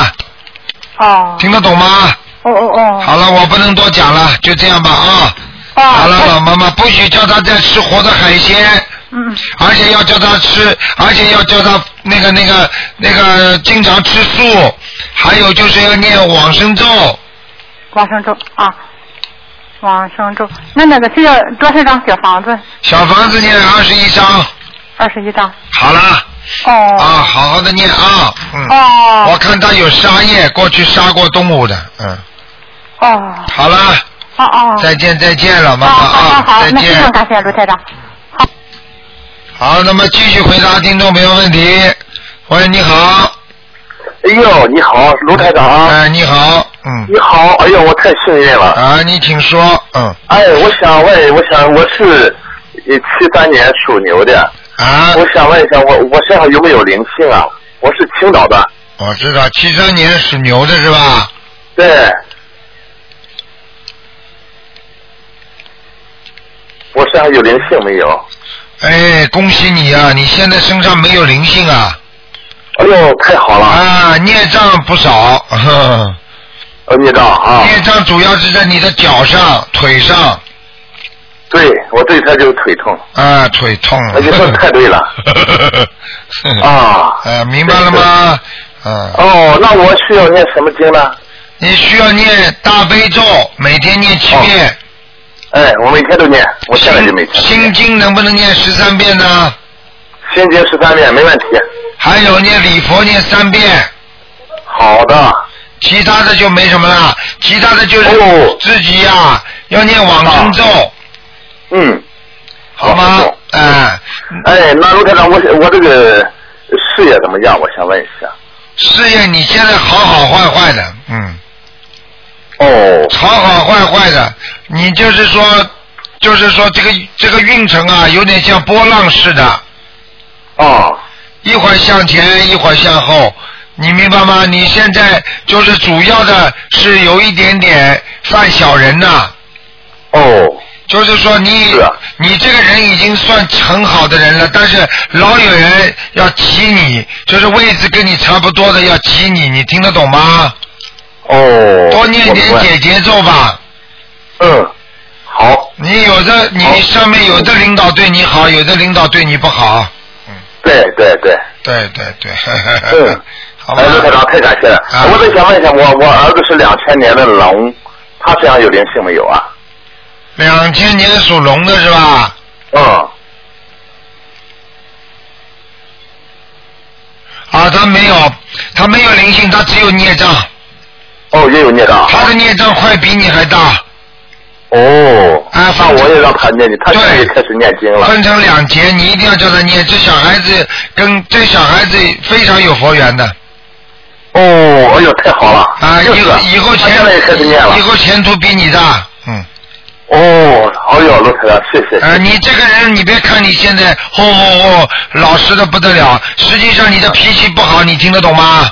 哦，
听得懂吗？
哦哦哦，
好了，我不能多讲了，就这样吧啊。
哦，
好了，
他
老妈妈，不许叫他再吃活的海鲜，
嗯嗯，
而且要叫他吃，而且要叫他那个那个那个经常吃素，还有就是要念往生咒，
往生咒啊，往生咒，那那个需要多少张小房子？
小房子念二十一章。
二十一张。
好了，
哦。
啊，好好的念啊，嗯。
哦。
我看他有杀业，过去杀过动物的，嗯。
哦，
好了。
哦哦。
再见，再见，老妈妈
好好
啊，
好，
再
那非
见
常。感谢卢台长。
好，那么继续回答听众朋友问题。喂，你好，
哎呦，你好，卢台长啊！
哎，你好，嗯，
你好，哎呦，我太幸运了。
啊，你请说，嗯，
哎，我想问，我想我是呃七三年属牛的，
啊，
我想问一下，我我身上有没有灵性啊？我是青岛的，
我知道，七三年属牛的是吧？
对，我身上有灵性没有？
哎，恭喜你啊，你现在身上没有灵性啊，
哎呦，太好了！
啊，孽障不少，
[laughs]
呵呵
呃，你知道啊？
孽障主要是在你的脚上、腿上，
对我对他就是腿痛，
啊，腿痛了。
哎
那就说太对
[laughs]
了。 [laughs] 啊。
呃，明白了吗？ [laughs] 嗯。
哦，那我需要念什么经呢？
你需要念大悲咒，每天念七遍。
哦哎，我每天都念，我现在就每天。
心经能不能念十三遍呢？
心经十三遍没问题。
还有念礼佛念三遍。
好的。
其他的就没什么了，其他的就是
哦
自己呀、要念往生咒，
嗯。
好吗？哎、
哎，那卢台长，我我这个事业怎么样？我想问一下。
事业你现在好好坏坏的，嗯，
哦。
好好坏坏的，你就是说，就是说这个这个运程啊，有点像波浪似的。
哦。
一会儿向前，一会儿向后，你明白吗？你现在就是主要的是有一点点犯小人呐、
哦。啊
就是说你、你这个人已经算很好的人了，但是老有人要挤你，就是位置跟你差不多的要挤你，你听得懂吗？
哦。
多念点姐姐咒吧。
嗯，好。
你有的你上面有的领导对你好，有的领导对你不好。
对对对。
对对对。
嗯。
[laughs] 好吧啊
哎，。卢台长，太感谢了。我再想问一下，我我儿子是两千年的龙，他身上有灵性没有啊？
两千年属龙的是吧？
嗯。
啊，他没有，他没有灵性，他只有孽障。
哦，也有孽障。
他的孽障快比你还大。
哦。
啊，
那我也让他念经，他现在也开始念经了。
分成两节，你一定要叫他念。这小孩子跟这小孩子非常有佛缘的
哦，哎呦，太好了。
啊，
就是啊
以以后
他
前
现在也开始念了
以后前途比你大。
哦，哎呦，卢台长，谢谢。
啊，你这个人，你别看你现在吼吼吼老实的不得了，实际上你的脾气不好，你听得懂吗？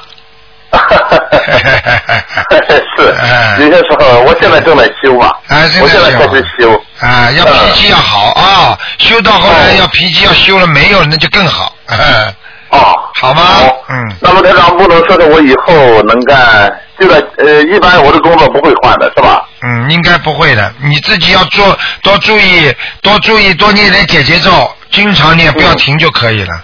是，有些时候我现在正在修嘛，
哎啊正在修
我现在开始修。
啊，要脾气要好
嗯
啊、修到后来要脾气要修了没有，那就更好。啊
哦，
好吗？嗯，
那么台长不能说是我以后能干，这个呃，一般我的工作不会换的是吧？
嗯，应该不会的。你自己要做多注意，多注意，多念点姐姐咒，经常念，不要停就可以了。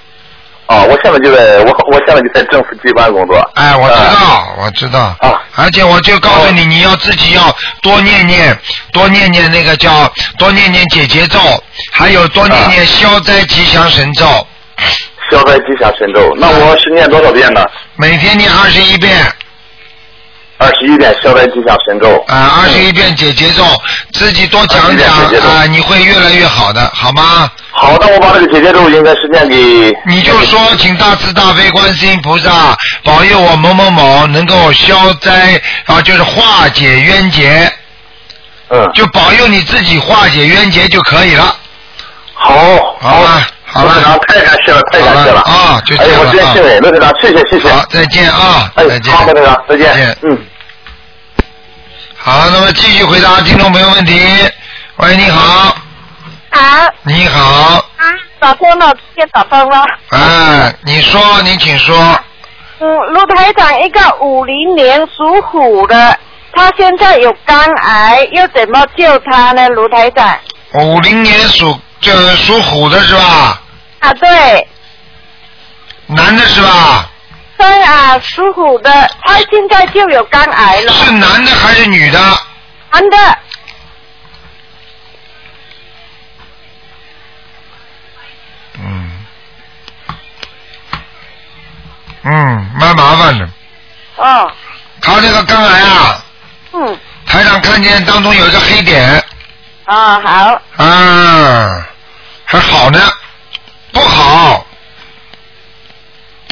哦，我现在就在我我现在就在政府机关工作。
哎，我知
嗯
道，我知道。
啊
而且我就告诉
哦
你，你要自己要多念念，多念念那个叫多念念姐姐咒，还有多念
啊
念消灾吉祥神咒，
消灾吉祥神咒，那我是念多少遍呢？
每天念二十一遍
二十一遍消灾吉祥神咒。
啊，二十一遍姐姐咒，自己多讲讲
21遍姐姐咒
啊，你会越来越好的，好吗？
好的，我把这个姐姐咒应该是念给
你就说，请大慈大悲观世音菩萨保佑我某某某能够消灾啊，就是化解冤结。
嗯。
就保佑你自己化解冤结就可以了。
好，
好吧，好
陆
吧
队长，太感谢了，太感谢了
啊，就这
哎
样
呦，
了
我真
啊
幸运，陆队长，谢谢谢谢。
好，再见啊，
哎
再见。
好，陆队长，再见。
再见
嗯。
好，那么继续回答听众朋友问题。喂，你好，
啊，
你好，
打通了，接打通了。
啊，你说，你请说。
嗯，卢台长，一个五零年属虎的，他现在有肝癌，要怎么救他呢？卢台长
五零年属这属虎的是吧？
啊，对，
男的是吧？
对啊，属虎的，他现在就有肝癌了。
是男的还是女的？
男的，
嗯，嗯，蛮麻烦的。
哦，
他这个肝癌啊，
嗯，
台长看见当中有一个黑点，
哦
啊、好，
啊，还好呢，不好，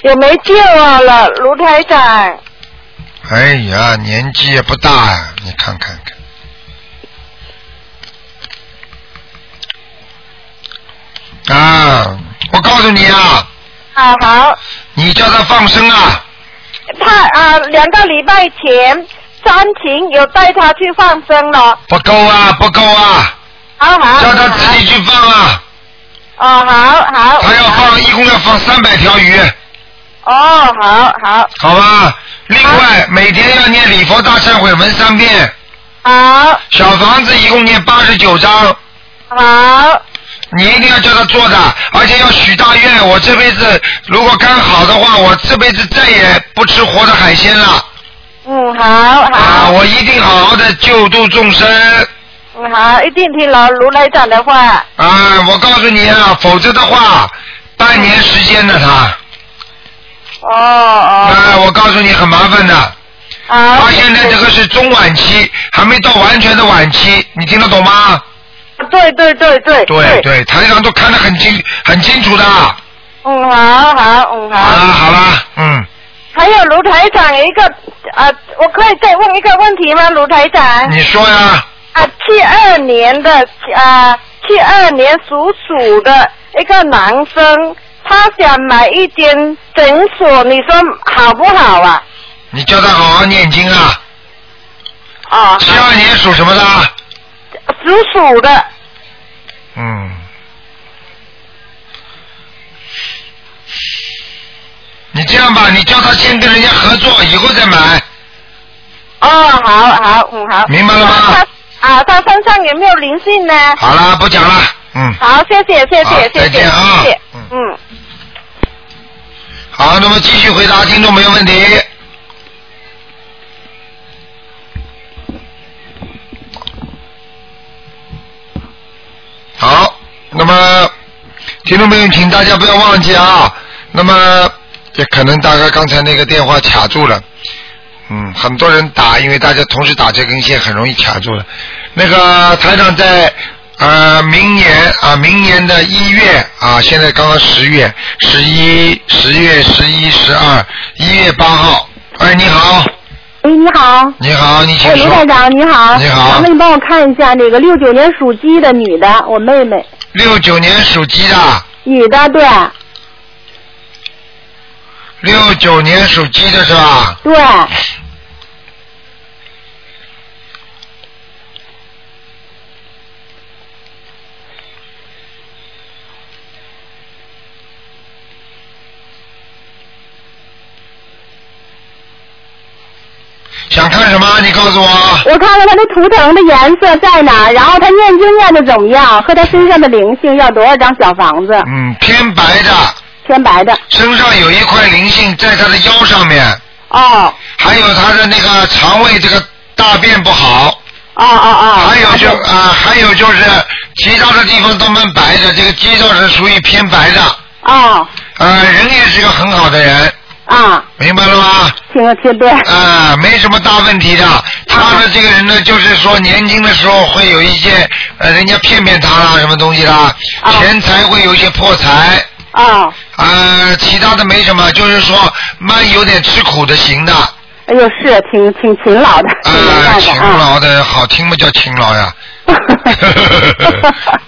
有没救啊了，卢台长？
哎呀，年纪也不大啊，你看看看，啊，我告诉你啊，
啊，好，
你叫他放生啊，
他啊，两个礼拜前，张琴有带他去放生了。
不够啊，不够啊，
啊好，
叫他自己去放啊，
哦，好好。
他要放，一共要放三百条鱼，
哦，好好
好吧？另外，每天要念礼佛大忏悔文三遍，
好
小房子一共念八十九章，
好。
你一定要叫他做的，而且要许大愿。我这辈子如果肝好的话，我这辈子再也不吃活的海鲜了。
嗯，好
啊，我一定好好的救度众生。
嗯好，一定听了卢台长的话。
啊，我告诉你
嗯
啊，否则的话，半年时间的他。
哦哦。
啊，我告诉你很麻烦的。
啊。
他现在这个是中晚期，还没到完全的晚期，你听得懂吗？
啊对对对对。
对对，台上都看得很清很清楚的。
嗯，好好，嗯好。
好啦，嗯。
还有卢台长有一个啊、呃我可以再问一个问题吗，卢台长？
你说呀，
啊，七二年的啊，七二年属鼠的一个男生，他想买一间诊所，你说好不好啊？
你叫他好好念经啊。
啊。
七二年属什么的？
属鼠的，
嗯。你这样吧，你叫他先跟人家合作，以后再买。
哦，好好，嗯好。
明白了吗？
啊，他身上有没有灵性呢？
好啦，不讲了，嗯。
好，谢谢，谢
好
谢，谢
再
谢，
见啊
谢谢，嗯。
好，那么继续回答听众朋友问题。好，那么听众朋友，请大家不要忘记啊。那么也可能大概刚才那个电话卡住了，嗯，很多人打，因为大家同时打这根线，很容易卡住了。那个台长在呃，明年啊、明年的一月啊，现在刚刚十月、十一、十月十一、十二，一月八号。哎，你好，
哎，你好。
你好，你请
哎，卢
说。
台长，你好。
你好
麻烦你帮我看一下那个六九年属鸡的女的，我妹妹，
六九年属鸡的，
女的，对
啊六九年属鸡的是吧？
对，
想看什么？你告诉我。
我看看她的图腾的颜色在哪儿，然后她念经念的怎么样，和她身上的灵性要多少张小房子？
嗯，偏白的。
偏白的。
身上有一块灵性在他的腰上面。
哦。
还有他的那个肠胃这个大便不好。
啊啊啊！
还有就啊、还有就是其他的地方都蛮白的，这个肌肉是属于偏白的。
哦。
呃，人也是个很好的人。
啊。
明白了吗？
听听啊对。
啊、没什么大问题的。他的这个人呢，就是说年轻的时候会有一些呃，人家骗骗他啦，什么东西啦，钱财会有一些破财。
啊。
呃，其他的没什么，就是说蛮有点吃苦的型的，
哎呦，
啊
是挺挺勤劳的，
[laughs]
没办
勤
法啊。
劳的好听不叫勤劳呀。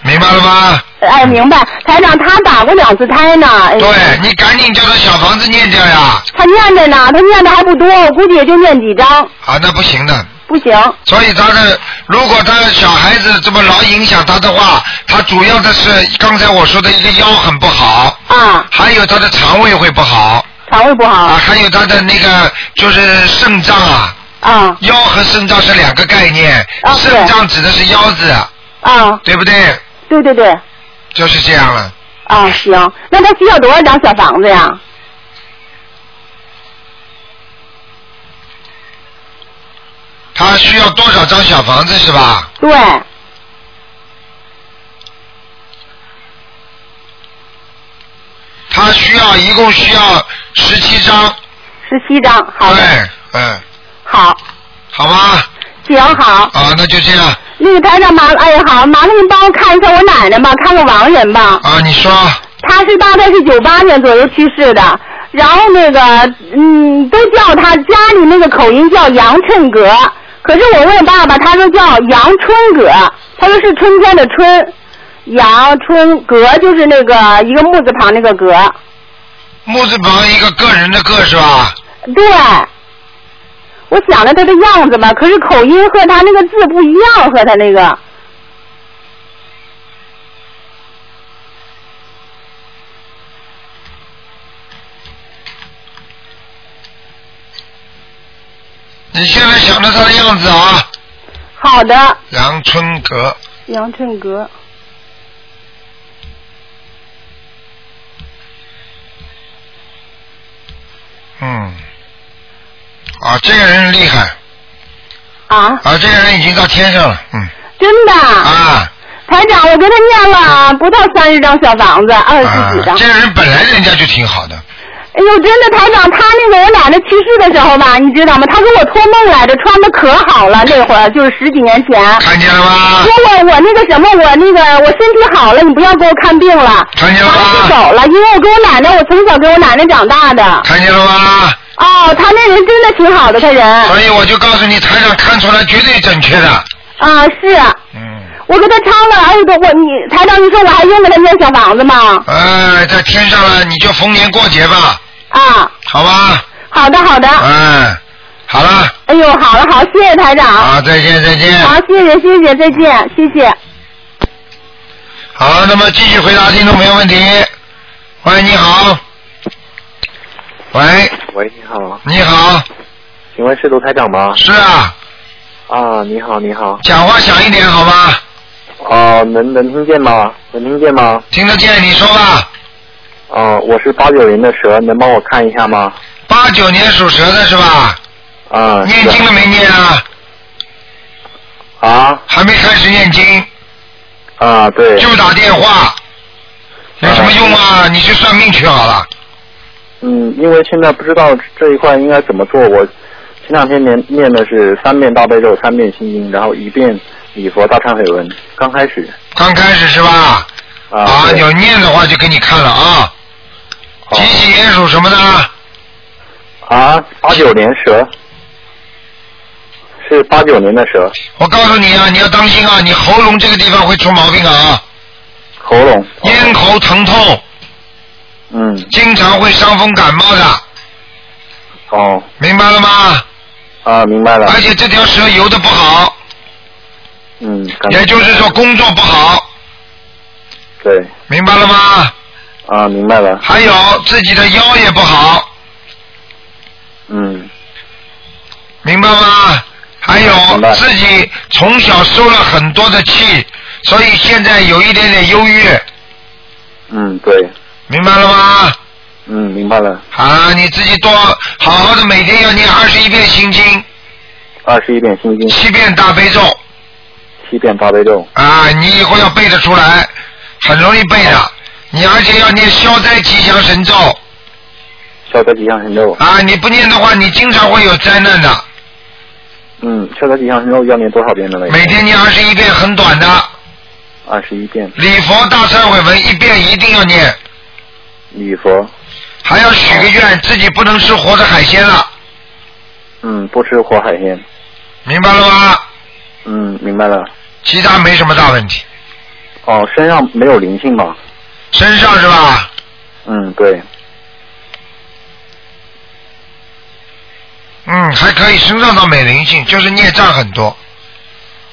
明白了吗？嗯
哎，明白，台长，她打过两次胎呢。哎
对你赶紧叫他小房子念掉呀！
她念着呢，她念的还不多，我估计也就念几张，
啊，那不行的。
不行。
所以他的，如果他的小孩子这么老影响他的话，他主要的是刚才我说的一个腰很不好，
啊，
还有他的肠胃会不好，
肠胃不好，
啊，还有他的那个就是肾脏啊，
啊，
腰和肾脏是两个概念，
啊对
肾脏指的是腰子，
啊，
对不对？
对对对，
就是这样了。
啊，行，那她需要多少张小房子呀？
他需要多少张小房子是吧？
对，
他需要一共需要十七张，
十七张，好的，
对，嗯，
好，
好吧，
行好，
啊，那就这样
那个台长麻，哎好，麻烦您帮我看一下我奶奶吧，看个亡人吧，
啊，你说
她是大概是九八年左右去世的。然后那个，嗯，都叫她家里那个口音叫杨衬格，可是我问爸爸，他说叫杨春葛，他说是春天的春，杨春葛就是那个一个木字旁那个葛，
木字旁一个个人的个是吧？
对，我想着他的样子吧，可是口音和他那个字不一样，和他那个
你现在想着他的样子啊，
好的
杨春阁，
杨振格，
嗯，啊，这个人厉害，
啊，
啊，这个人已经到天上了，嗯，
真的
啊，
台长，我给他念了不到三十张小房子，二
哎
啊
十几张。，
这个人本来人家就挺好的，
哎呦，真的，台长，他那个我奶奶去世的时候吧，你知道吗？他给我托梦来着，穿的可好了，那会儿就是十几年前。
看见了吗？
说我我那个什么，我那个我身体好了，你不要给我看病了。
看见了吗？
就走了，因为我跟我奶奶，我从小跟我奶奶长大的。
看见了吗？
哦，他那人真的挺好的，他人。
所以我就告诉你，台上看出来绝对准确的，
啊，是。嗯。我给他抄了，哎呦，我你台长，你说我还用给他念小房子吗？
哎，在天上了，你就逢年过节吧，
啊，
好吧？
好的好的。
嗯，好了，
哎呦，好了好，谢谢台长。
好，啊再见，再见。
好，谢谢谢谢，再见，谢谢。
好，那么继续回答听众朋友问题。喂，你好。喂，
喂，你好，
你好，
请问是卢台长吗？
是啊。
啊，你好，你好。
讲话响一点好吗？
哦、能能听见吗？能听见吗？
听得见，你说吧。
哦、我是八九年的蛇，能帮我看一下吗？
八九年属蛇的是吧？
啊、
念经了没念啊？
啊。
还没开始念经。
啊，对。
就打电话。有什么用啊？你去算命去好了。
嗯，因为现在不知道这一块应该怎么做。我前两天念念的是三遍大悲咒，三遍心经，然后一遍礼佛大忏悔文。刚开始。
刚开始是吧？
啊。
啊，
对
有念的话就给你看了啊。
哦
几几年属什么的？
啊，八九年蛇。是八九年的蛇，
我告诉你啊，你要当心啊，你喉咙这个地方会出毛病啊，
喉咙。
咽喉疼痛，
嗯。
经常会伤风感冒的，
哦。
明白了吗？
啊，明白了。
而且这条蛇游的不好，
嗯，
也就是说工作不好，
对，
明白了吗？
啊，明白了。
还有自己的腰也不好，
嗯，
明白吗？还
明
有
白
自己从小受了很多的气，所以现在有一点点忧郁，
嗯，对，
明白了吗？
嗯，明白了。
啊，你自己多好好的，每天要念二十一遍心经，
二十一遍心经，
七遍大悲咒
七遍大悲咒，
啊，你以后要背得出来，很容易背的。你而且要念消灾吉祥神咒
消灾吉祥神咒。
啊，你不念的话，你经常会有灾难的。
嗯，消灾吉祥神咒要念多少遍呢？
每天念二十一遍，很短的。
二十一遍。
礼佛大忏悔文一遍一定要念，
礼佛，
还要许个愿，自己不能吃活的海鲜了，
嗯，不吃活海鲜。
明白了吗？
嗯，明白了。
其他没什么大问题。
哦，身上没有灵性吗？
身上是吧？
嗯，对，
嗯，还可以，身上倒没灵性，就是孽障很多，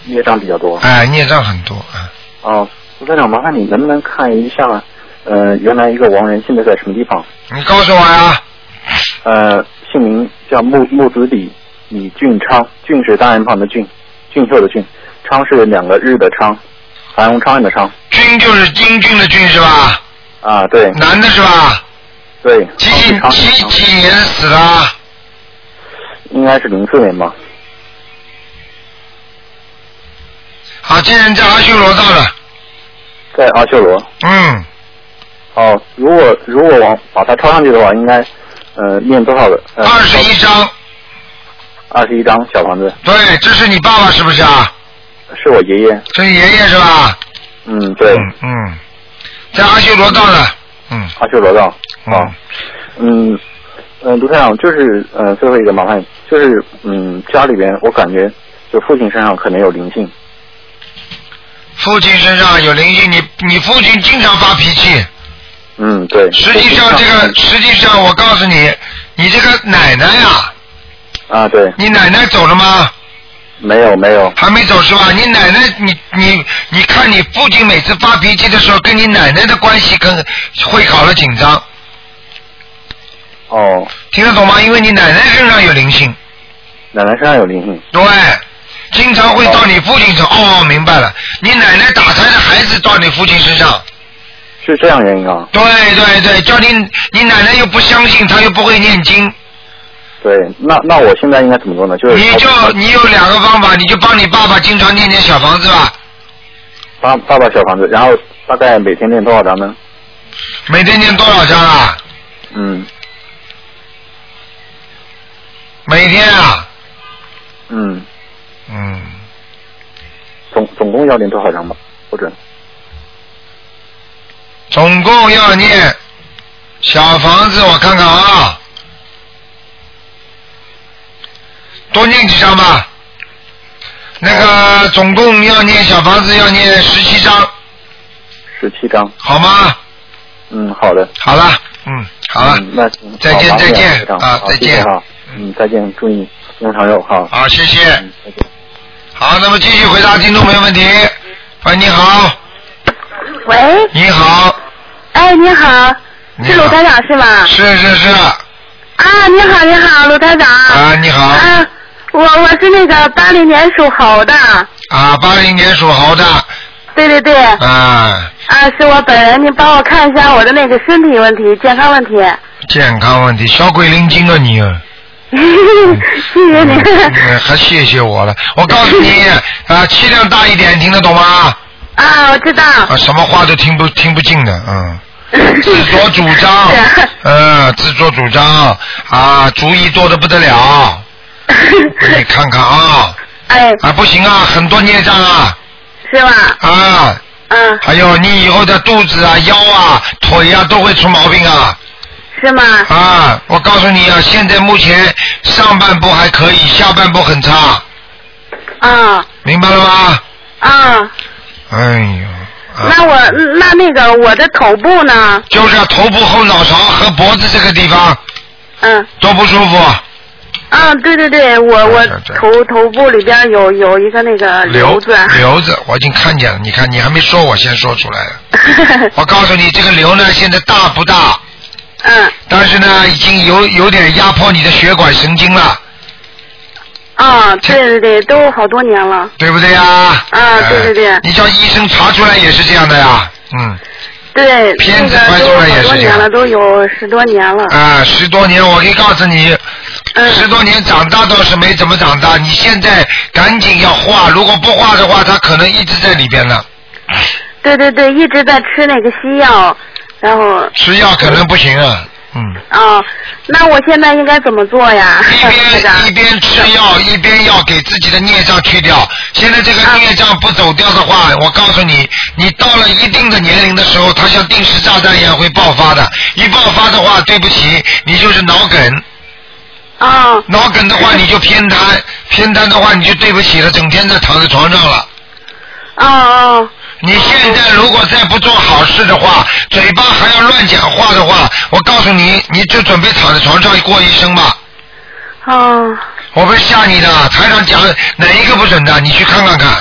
业障比较多。
哎，孽障很多，啊。
哦，卢站长，麻烦你能不能看一下，呃，原来一个亡人现在在什么地方？
你告诉我呀。
呃，姓名叫木木子李李俊昌，俊是单人旁的俊，俊秀的俊，昌是两个日的昌，繁荣昌盛的昌。
君就是英俊的俊是吧？
啊，对。
男的是吧？
对。
几几几几年死的啊？
应该是零四年吧？
啊，这人在阿修罗道了。
在阿修罗。
嗯，
哦，如果如果往把它抄上去的话，应该呃念多少个？二十一
张。
二十一张小房子，
对，这是你爸爸是不是啊？
是我爷爷。
这是爷爷是吧？
嗯，对。
嗯，在阿修罗道呢。嗯。
阿修罗道。啊。嗯。嗯，卢台长，就是呃，最后一个麻烦你，就是嗯，家里边我感觉就父亲身上可能有灵性，
父亲身上有灵性，你你父亲经常发脾气。
嗯，对。
实际上这个，实际上我告诉你，你这个奶奶呀、
啊，对，
你奶奶走了吗？
没有没有，
还没走是吧？你奶奶，你你你看你父亲每次发脾气的时候，跟你奶奶的关系跟会搞得紧张，
哦，
听得懂吗？因为你奶奶身上有灵性，
奶奶身上有灵性，
对，经常会到你父亲上。哦，明白了，你奶奶打胎的孩子到你父亲身上。
是这样原因啊？
对对对，叫你你奶奶又不相信，她又不会念经，
对，那那我现在应该怎么做呢？就是
你就你有两个方法，你就帮你爸爸经常念念小房子吧，
爸爸爸小房子，然后大概每天念多少张呢？
每天念多少张啊？
嗯
每天啊，
嗯，
嗯，
总总共要念多少张吧？或者
总共要念小房子，我看看啊，多念几张吧。那个总共要念小房子要念十七张，
十七张？
好吗？
嗯，好的，
好了，嗯，好了，
那行
再
好
见
麻烦
再见
台长
啊
好
再
谢谢
见
哈嗯，再见，祝你平常有好。
好，谢谢。
嗯
好，那么继续回答听众朋友问题。喂，你好，
喂，
你好，
哎，你好，是鲁台长是吧？
是是是。
啊，你好，你好，鲁台长。
啊，你好。
啊，我我是那个八零年属猴的，
啊，八零年属猴的，
对对对，啊，
啊，
是我本人，您帮我看一下我的那个身体问题、健康问题。
健康问题，小鬼灵精啊你啊！
[laughs] 谢谢
[laughs]
你。
嗯还谢谢我了。我告诉你，啊，气量大一点，听得懂吗？
啊，我知道。
啊，什么话都听不听不进的，嗯。自作主 [laughs] 张，嗯，自作主张啊，主意多的不得 [laughs] 了。你看看啊，
哎，
啊不行啊，很多孽障啊
是吧？
啊，
嗯，
还有你以后的肚子啊、腰啊、腿啊都会出毛病啊。
是吗？
啊，我告诉你啊，现在目前上半部还可以，下半部很差，
啊
明白了吗？
啊，
哎呦，
那我嗯那那个我的头部呢？
就是头部后脑勺和脖子这个地方
嗯。
都不舒服，
啊，对对对，我我头头部里边有有一个那个
瘤
子，啊
瘤子，我已经看见了，你看你还没说，我先说出来了。我告诉你，这个瘤呢现在大不大？
嗯。
但是呢，已经有有点压迫你的血管神经了，
啊，对对对，都好多年了。
对不对呀？
啊，对对对
哎你叫医生查出来也是这样的呀，嗯。
对，
片子
那
拍
个
出
都
来也
好
是
多
这样
年了，都有十多年了。
啊，十多年，我可以告诉你，
嗯
十多年长大倒是没怎么长大。你现在赶紧要化，如果不化的话，它可能一直在里边了。
对对对，一直在吃那个西药，然后
吃药可能不行啊，
啊，那我现在应该怎么做呀？
一边吃药一边要给自己的孽障去掉。现在这个孽障不走掉的话，我告诉你，你到了一定的年龄的时候，它像定时炸弹一样会爆发的。一爆发的话，对不起，你就是脑梗。
啊。
脑梗的话，你就偏瘫，偏瘫的话，你就对不起了，整天在躺在床上了。
哦哦。
你现在如果再不做好事的话，嘴巴还要乱讲话的话，我告诉你，你就准备躺在床上过一生吧。
哦
我不是吓你的，台上讲哪一个不准的，你去看看看。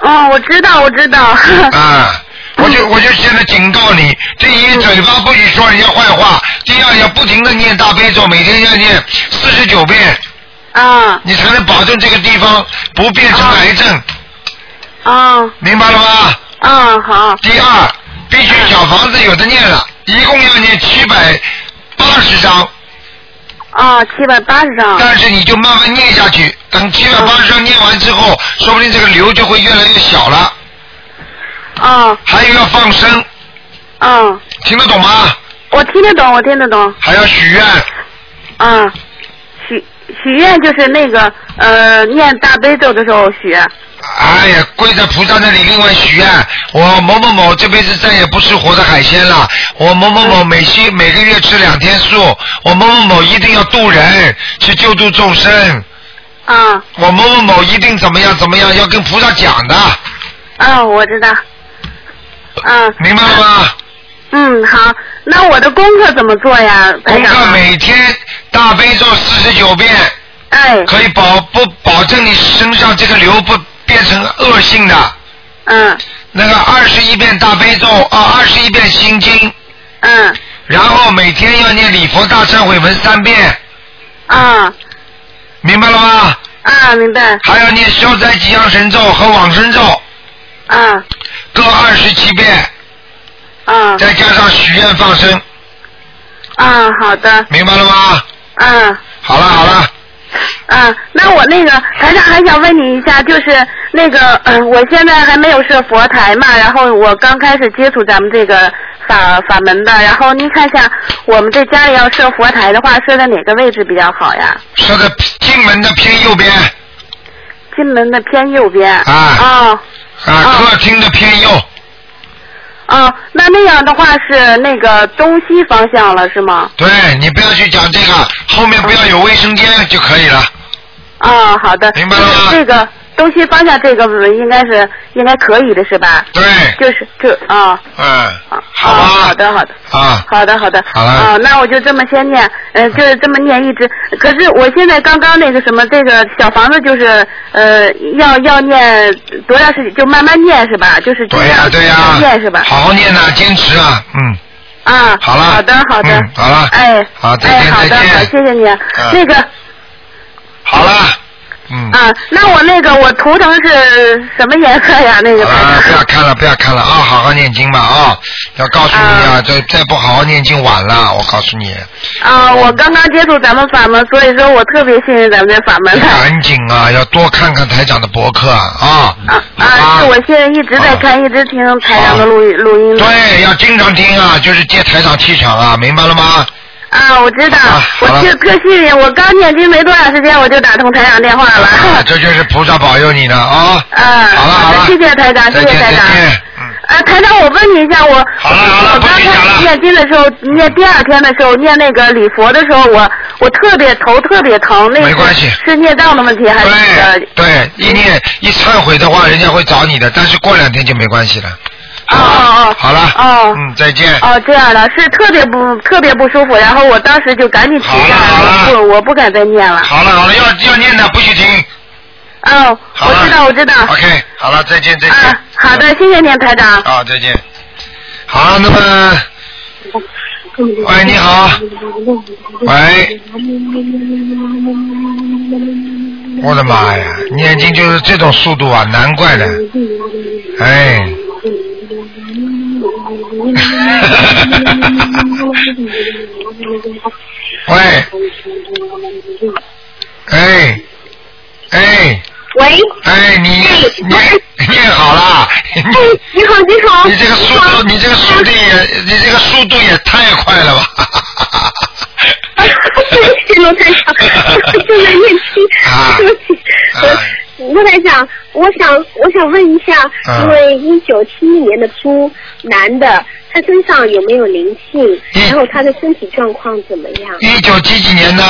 哦，我知道，我知道。 [laughs]
啊，我就我就现在警告你，第一嘴巴不许说人家坏话，第二要不停的念大悲咒，每天要念四十九遍。
啊。
你才能保证这个地方不变成癌症，
啊
明白了吗？
啊，好。
第二，必须小房子有的念了，一共要念七百八十张，
啊，七百八十张。
但是你就慢慢念下去，等七百八十张念完之后，说不定这个瘤就会越来越小了。
啊。
还有要放生，
嗯，
听得懂吗？
我听得懂，我听得懂。
还要许愿，
啊，许许愿就是那个呃，念大悲咒的时候许。
哎呀，跪在菩萨那里另外许愿，我某某某这辈子再也不吃活的海鲜了，我某某某每星每个月吃两天素，我某某某一定要渡人，去救度众生。
啊。
我某某某一定怎么样怎么样，要跟菩萨讲的，
啊，我知道。啊。
明白了吗？
嗯，好，那我的功课怎么做呀？
功课每天大悲咒四十九遍，
哎，
可以保不保证你身上这个瘤不变成恶性的。
嗯。
那个二十一遍大悲咒啊，二十一遍心经。
嗯。
然后每天要念礼佛大忏悔文三遍，
啊
明白了吗？
啊，明白。
还要念消灾吉祥神咒和往生咒
啊
各二十七遍，
啊
再加上许愿放生，
啊，好的。
明白了吗？
嗯。
好了好了，
嗯，那我那个台长还想问你一下，就是那个，嗯、我现在还没有设佛台嘛，然后我刚开始接触咱们这个法法门的，然后您看一下，我们这家里要设佛台的话，设在哪个位置比较好呀？
设在进门的偏右边
进门的偏右边。
啊
哦
啊，客厅的偏右，
哦，那那样的话是那个东西方向了，是吗？
对你不要去讲这个，后面不要有卫生间就可以了。
哦，好的。明白了这个东西方向这个应该是应该可以的是吧？
对。
就是这啊。
嗯，
好、啊好的，好的，
啊，
好的，好的，
好了
啊，那我就这么先念，呃，就是这么念一直。可是我现在刚刚那个什么，这个小房子就是呃，要要念多长时间，就慢慢念是吧？就是对呀、对呀、念是吧？
好好念呐、坚持啊，嗯，
啊，
好了
好的，好的，
嗯好了
哎，
好再
哎，
见
好的，
再见
好，谢谢你啊，
嗯
那个。
好了。
嗯啊，那我那个我图腾是什么颜色呀？那个
啊，不要看了，不要看了啊！好好念经吧啊！要告诉你啊，再再不好好念经晚了，我告诉你，
啊，我刚刚接触咱们法门，所以说我特别信任咱们这法门的。
赶紧啊，要多看看台长的博客啊！啊，
啊，是我现在一直在看，一直听台长的录音录音的。
对，要经常听啊，就是接台长气场啊，明白了吗？
啊，我知道，我
了
特特幸运，我刚念经没多长时间，我就打通台长电话了。
啊，这就是菩萨保佑你呢啊！
啊，好了好了，谢谢台长，谢
再
谢
见
台
再
长。
见，
啊，台长，我问你一下，我我刚开始念经的时候，念第二天的时候，念那个礼佛的时候，我我特别头特别疼，那没关系，是孽障的问题还是那个？
对，一念一忏悔的话，人家会找你的，但是过两天就没关系了。
哦哦哦，
好了，
哦，
嗯，再见。
哦，这样的，是特别不特别不舒服，然后我当时就赶紧停下来了，我不我不敢再念了。
好了好了，要要念的不许停。
哦，我知道我知道。
OK，好了，再见再见。
啊
好
嗯
的，谢谢您台长。
啊，再见。好，那么，喂，你好，喂，我的妈呀，念经就是这种速度啊，难
[laughs]
怪的，哎，喂，哎，哎，
喂，
哎，你念念好了，
哎你好，你好，
你这个速度，你这个速度也，你这个速度也太快了吧！
对不起，罗台
[laughs]
长，我正在念经，
啊
[laughs] 对不起，我罗台长，我想我想问一下，
哎啊
因为一九七一年的猪男的，他身上有没有灵性？然后他的身体状况怎么样？
一九几几年的？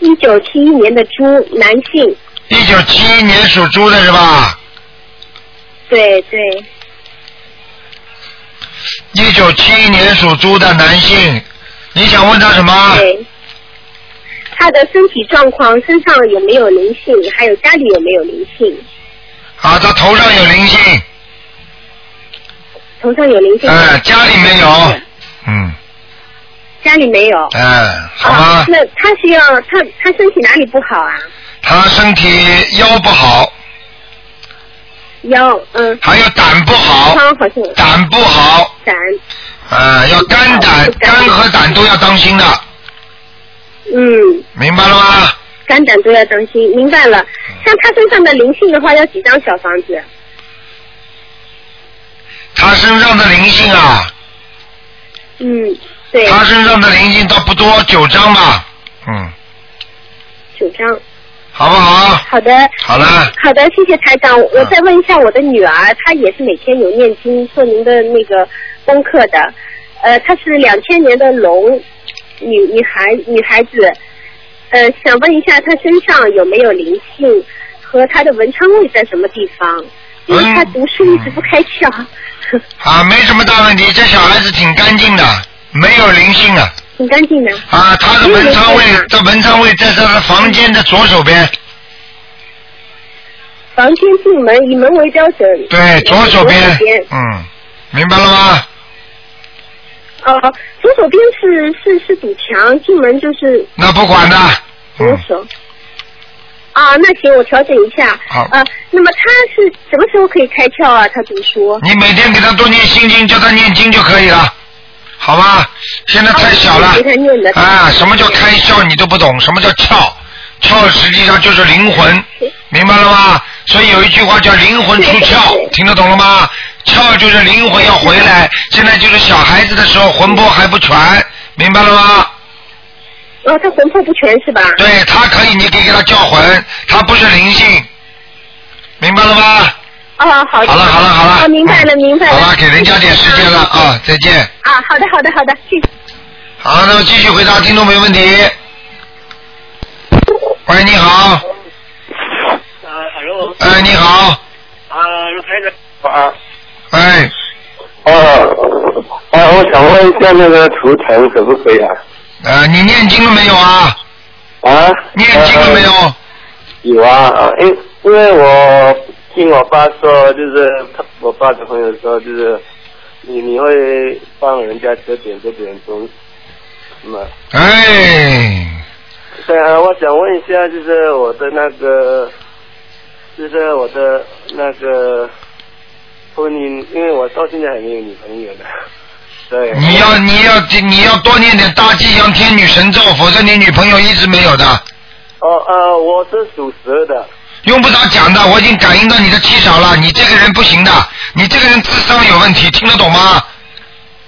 一九七一年的猪男性，
一九七一年属猪的是吧？
对对，
一九七一年属猪的男性，你想问他什么？
对。他的身体状况，身上有没有灵性？还有家里有没有灵性？
啊，他头上有灵性，
头上有灵性吗？
哎，家里没有，嗯，
家里没有。哦
哎，好吗？
那他需要他他身体哪里不好啊？
他身体腰不好，
腰，嗯。
还有胆不好。
好像。
胆不好。
胆。
啊，要肝胆、肝和胆都要当心的，
嗯，
明白了吗？
肝胆都要当心。明白了。像他身上的灵性的话，要几张小房子？
他身上的灵性啊，
嗯，对。
他身上的灵性倒不多，九张吧，嗯，
九张。
好不好？
好的。
好了，
好的，谢谢台
嗯
长。我再问一下我的女儿，她也是每天有念经做您的那个功课的。呃，她是两千年的龙女女孩女孩子，呃，想问一下她身上有没有灵性和她的文昌位在什么地方？因为
哎
她读书一直不开窍。 [laughs]
啊，没什么大问题，这小孩子挺干净的，没有灵性啊。
挺干净的。
啊，他的文昌位，这文昌位在他的房间的左手边，
房间进门以门为标准。
对，左手边，嗯，明白了吗？
哦、左手边是是是堵墙，进门就是
那不管的，嗯
左手。啊，那行，我调整一下。
好
呃，那么他是什么时候可以开窍啊？他读书。
你每天给他多念心经，叫他念经就可以了。好吧？现在太小了
哦我给他念的
啊！什么叫开窍你都不懂，什么叫窍？窍实际上就是灵魂，明白了吗？所以有一句话叫灵魂出窍，听得懂了吗？窍就是灵魂要回来，现在就是小孩子的时候魂魄还不全，明白了吗？
哦，他魂魄不全是吧？
对他可以，你可以给他叫魂，他不是灵性，明白了吗？
哦，好的。好了好了好了。哦，明白了明白了。
好了，给人家点时间了啊，再见。
啊，好的好的好的，谢谢。
好，那么继续回答听众朋友问题。喂，你好。哎，你好。
啊，
哎，
啊啊！我想问一下那个图腾可不可以啊？
呃，你念经了没有啊？
啊？
念经了没有？
有啊，啊因因为我听我爸说，就是他我爸的朋友说，就是你你会帮人家折点这点东西嘛？
哎，
对啊，我想问一下，就是我的那个，就是我的那个婚姻，因为我到现在还没有女朋友呢。对。
你要你要你要多念点大吉祥天女神咒，否则你女朋友一直没有的。
哦呃，我是属蛇的。
用不着讲的，我已经感应到你的气场了。你这个人不行的，你这个人智商有问题，听得懂吗？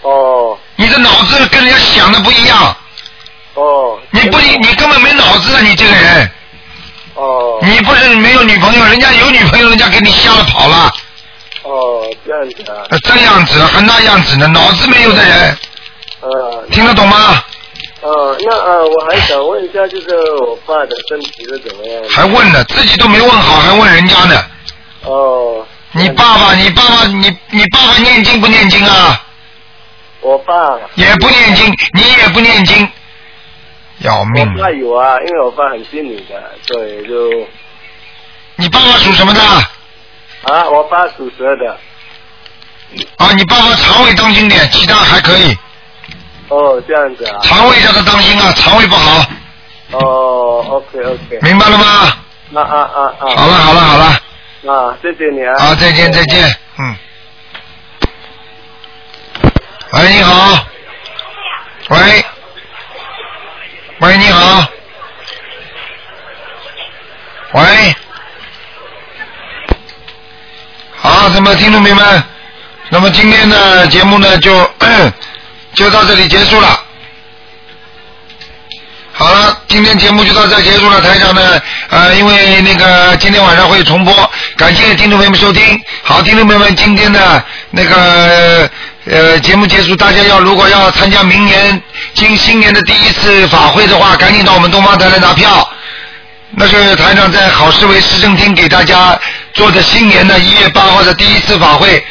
哦
你的脑子跟人家想的不一样，
哦
你不你你根本没脑子的，啊你这个人。
哦
你不是没有女朋友，人家有女朋友，人家给你吓了跑了，
哦，这样子啊。
呃这样子还那样子呢，脑子没有的人，
呃。
听得懂吗？
呃，那呃，我还想问一下，就是我爸的身体是怎么样的？
还问呢，自己都没问好，还问人家呢。
哦，
你爸爸，你爸爸，你你爸爸念经不念经啊？
我爸
也不念经，你也不念经，要命！
我爸有啊，因为我爸很信你的，对，就
你爸爸属什么的？
啊，我爸属蛇的，
啊，你爸爸肠胃当心点，其他还可以，
哦，这样子啊，
肠胃叫他当心啊，肠胃不好，
哦，OK OK，
明白了吗？
啊啊啊啊，
好了好了好了，
啊，谢谢你啊，
好，再见再见，嗯。喂，你好。喂。喂，你好。喂。好，那么听众朋友们，那么今天的节目呢就 [clears throat] 就到这里结束了。好了，今天节目就到这儿结束了。台长呢，呃，因为那个今天晚上会重播，感谢听众朋友们收听。好，听众朋友们，今天的那个呃节目结束，大家要如果要参加明年今新年的第一次法会的话，赶紧到我们东方台来拿票。那是台长在好市委市政厅给大家做的新年的一月八号的第一次法会。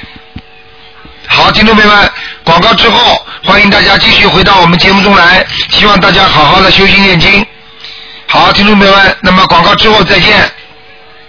好，听众朋友们，广告之后，欢迎大家继续回到我们节目中来，希望大家好好的修心念经。好，听众朋友们，那么广告之后再见。